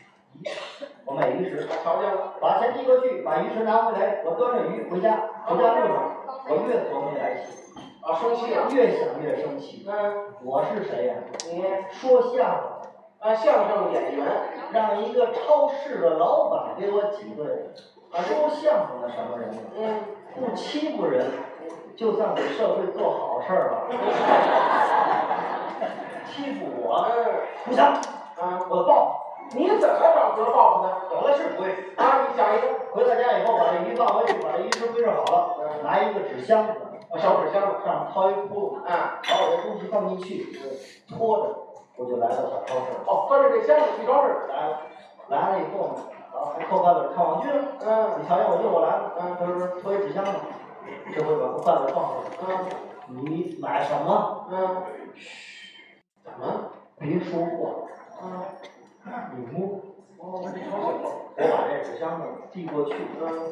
[SPEAKER 11] 我买鱼，鱼食，把钱递过去，把鱼食拿回来，我端着鱼回家，回家路上，我越琢磨越来气，
[SPEAKER 4] 啊，生气了，
[SPEAKER 11] 越想越生气。
[SPEAKER 4] 嗯，
[SPEAKER 11] 我是谁呀、
[SPEAKER 4] 你
[SPEAKER 11] 说相声，
[SPEAKER 4] 啊，相声演员，
[SPEAKER 11] 让一个超市的老板给我挤兑，说相声的什么人呢？
[SPEAKER 4] 嗯，
[SPEAKER 11] 不欺负人，就算给社会做好事儿吧。欺负我，不行，
[SPEAKER 4] 啊，
[SPEAKER 11] 我报。
[SPEAKER 4] 你怎么找辙报复的？
[SPEAKER 11] 有的是鬼
[SPEAKER 4] 啊，你讲一个，
[SPEAKER 11] 回到家以后，把这鱼放回去，把这鱼食归置好了，拿一个纸箱子，
[SPEAKER 4] 啊
[SPEAKER 11] 小纸箱子上面掏一窟窿，哎
[SPEAKER 4] 啊，
[SPEAKER 11] 把我的东西放进去，拖着我就来到小超市了。
[SPEAKER 4] 哦，翻着这箱子去超市，
[SPEAKER 11] 来了，来了以后呢，然后还扣饭本看网剧了。
[SPEAKER 4] 嗯，
[SPEAKER 11] 你瞧见我就我来了，嗯，他说拖一纸箱子，这回把饭本放回来。嗯，你买什么？
[SPEAKER 4] 嗯，
[SPEAKER 11] 怎么？别说话。
[SPEAKER 4] 嗯，
[SPEAKER 11] 你摸。
[SPEAKER 4] 哦，
[SPEAKER 11] 我把这纸箱子递过去，嗯，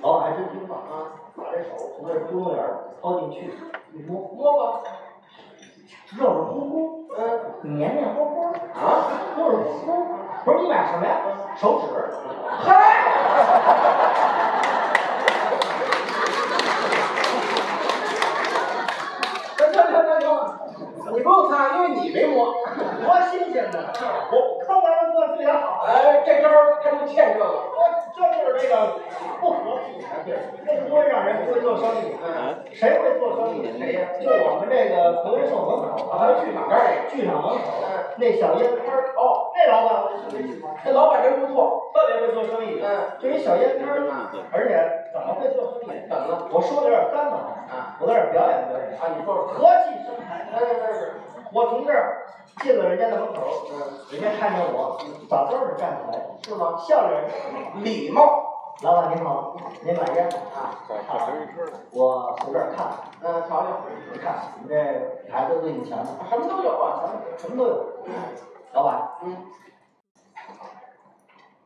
[SPEAKER 11] 老板还真听话啊，把这手从这窟窿眼儿掏进去，一摸，
[SPEAKER 4] 摸吧，
[SPEAKER 11] 热乎乎，
[SPEAKER 4] 嗯，
[SPEAKER 11] 黏黏糊糊，
[SPEAKER 4] 啊，
[SPEAKER 11] 热乎乎。不是你买什么呀？手指。
[SPEAKER 4] 嗨， 那那那那那，你不用擦，因为你没摸。
[SPEAKER 11] 多新鲜呢！ 我抠完了做自己好。
[SPEAKER 4] 哎，这招儿他就欠这个。
[SPEAKER 11] 这就是这个不合理的地儿，那不会让人会做生
[SPEAKER 4] 哎
[SPEAKER 11] 意。谁会做生意？谁呀？就我们这个德云社门口，
[SPEAKER 4] 啊剧场这儿也
[SPEAKER 11] 剧场门口那小烟摊儿，
[SPEAKER 4] 哦，
[SPEAKER 11] 那老板我就特别喜欢，
[SPEAKER 4] 这老板人不错，
[SPEAKER 11] 特别会做生意。
[SPEAKER 4] 嗯，
[SPEAKER 11] 就一小烟摊儿，而且怎么会做生意？
[SPEAKER 4] 怎么了？
[SPEAKER 11] 我说的有点干巴，
[SPEAKER 4] 啊，
[SPEAKER 11] 我在这儿表演表
[SPEAKER 4] 嗯
[SPEAKER 11] 演，
[SPEAKER 4] 啊，你说说。
[SPEAKER 11] 和气生财。
[SPEAKER 4] 哎，那是，
[SPEAKER 11] 我从这儿进了人家的门口，人家看见我，把凳儿站起来，
[SPEAKER 4] 是吗？
[SPEAKER 11] 笑脸儿，
[SPEAKER 4] 礼貌，
[SPEAKER 11] 老板您好，您买烟
[SPEAKER 4] 啊？
[SPEAKER 11] 啊，我从这儿看，
[SPEAKER 4] 嗯，瞧瞧，
[SPEAKER 11] 你看你这牌子对你强，
[SPEAKER 4] 什么都有啊，
[SPEAKER 11] 什么都有。老板，
[SPEAKER 4] 嗯，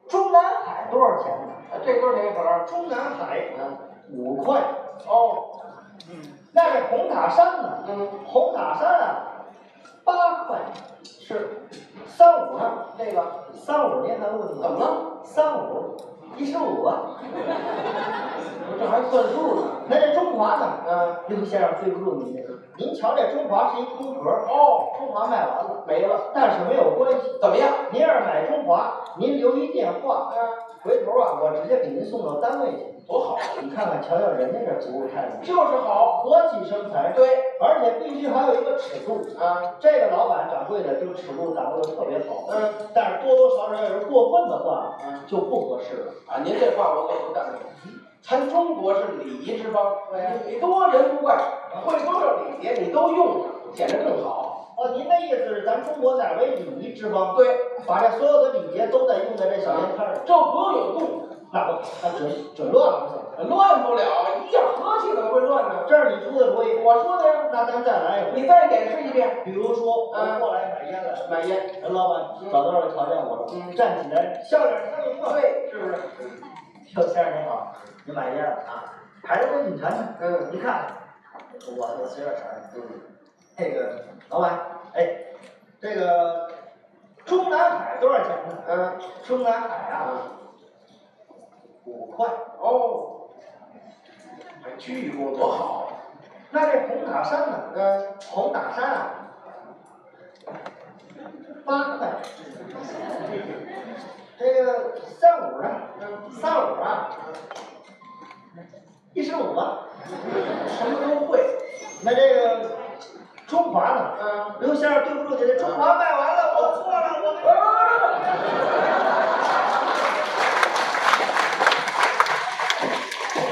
[SPEAKER 11] 中南海多少钱呢？啊
[SPEAKER 4] 这哥哪盒？
[SPEAKER 11] 中南海
[SPEAKER 4] 嗯，
[SPEAKER 11] 五块，
[SPEAKER 4] 哦，
[SPEAKER 11] 那是红塔山呢。
[SPEAKER 4] 嗯，
[SPEAKER 11] 红塔山啊，八块，
[SPEAKER 4] 是
[SPEAKER 11] 三五呢？
[SPEAKER 4] 那个
[SPEAKER 11] 三五您还问
[SPEAKER 4] 怎么了？
[SPEAKER 11] 三五，一十五啊。
[SPEAKER 4] 这还算数呢，
[SPEAKER 11] 那这中华呢？
[SPEAKER 4] 嗯，
[SPEAKER 11] 刘先生对不住您，您瞧这中华是一空壳儿，
[SPEAKER 4] 哦，
[SPEAKER 11] 中华卖完了，
[SPEAKER 4] 没了，
[SPEAKER 11] 但是没有关系。
[SPEAKER 4] 怎么样？
[SPEAKER 11] 您要是买中华，您留一电话，
[SPEAKER 4] 嗯，
[SPEAKER 11] 回头啊，我直接给您送到单位去。
[SPEAKER 4] 多好，啊
[SPEAKER 11] 你看看，瞧瞧人家这服务态度，
[SPEAKER 4] 就是好，
[SPEAKER 11] 和气生财。，
[SPEAKER 4] 对，
[SPEAKER 11] 而且必须还有一个尺度。
[SPEAKER 4] 啊，
[SPEAKER 11] 这个老板掌柜的这个尺度掌握的特别好，
[SPEAKER 4] 嗯，
[SPEAKER 11] 但是多多少少有人过分的话
[SPEAKER 4] 嗯
[SPEAKER 11] 就不合适了。
[SPEAKER 4] 啊，您这话我可不赞同。咱中国是礼仪之邦，
[SPEAKER 11] 啊
[SPEAKER 4] 你多人不怪，会多少礼节你都用上，显得更好。
[SPEAKER 11] 哦，您的意思是咱中国乃为礼仪之邦，
[SPEAKER 4] 对，
[SPEAKER 11] 把这所有的礼节都得用在这小烟摊儿上，
[SPEAKER 4] 这不用有动
[SPEAKER 11] 那不那准准乱了不行。
[SPEAKER 4] 作，乱不了，啊一样和气怎么会乱呢？
[SPEAKER 11] 这是你出的主意，
[SPEAKER 4] 我说的呀，
[SPEAKER 11] 那咱再来一回。
[SPEAKER 4] 你再演示一遍，
[SPEAKER 11] 比如说，我
[SPEAKER 4] 嗯
[SPEAKER 11] 过来买烟来了，
[SPEAKER 4] 买烟，
[SPEAKER 11] 人老板找到了条件我了，
[SPEAKER 4] 嗯
[SPEAKER 11] 站起来，笑脸相迎啊！
[SPEAKER 4] 对，是不是？
[SPEAKER 11] 刘先生您好，您买烟了啊？还是问你钱呢？
[SPEAKER 4] 嗯
[SPEAKER 11] 你看，我我随便查。那个老板，哎，这个中南海多少钱呢？
[SPEAKER 4] 嗯，
[SPEAKER 11] 中南海啊，五块。哎
[SPEAKER 4] 哦，还鞠一躬多好。
[SPEAKER 11] 啊那这红塔山呢？呃
[SPEAKER 4] 嗯，
[SPEAKER 11] 红塔山啊，八块。这个三五呢？
[SPEAKER 4] 嗯
[SPEAKER 11] 三五啊，一十五啊。
[SPEAKER 4] 什么都会。
[SPEAKER 11] 那这个中华呢？
[SPEAKER 4] 嗯，
[SPEAKER 11] 刘先生，对不住，你这中华卖完了，我错了，我错了。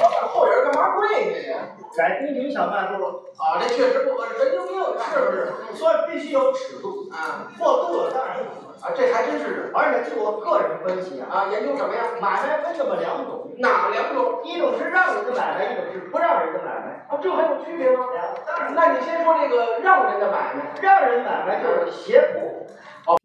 [SPEAKER 4] 老板后人干嘛跪下呀？
[SPEAKER 11] 在宫廷小卖部，
[SPEAKER 4] 啊，这确实不合适，神经病是不是？
[SPEAKER 11] 所以必须有尺度，
[SPEAKER 4] 啊
[SPEAKER 11] 过度了当然不行。
[SPEAKER 4] 啊，这还真是
[SPEAKER 11] 而且据我个人分析啊，
[SPEAKER 4] 啊，研究什么呀？
[SPEAKER 11] 买卖分这么两种，
[SPEAKER 4] 哪两种？
[SPEAKER 11] 一种是让人的买卖，一种是不让人的买卖。
[SPEAKER 4] 啊，这还有区别吗？
[SPEAKER 11] 当然，
[SPEAKER 4] 那你先说这个让人的买卖。
[SPEAKER 11] 让人买卖就是胁迫。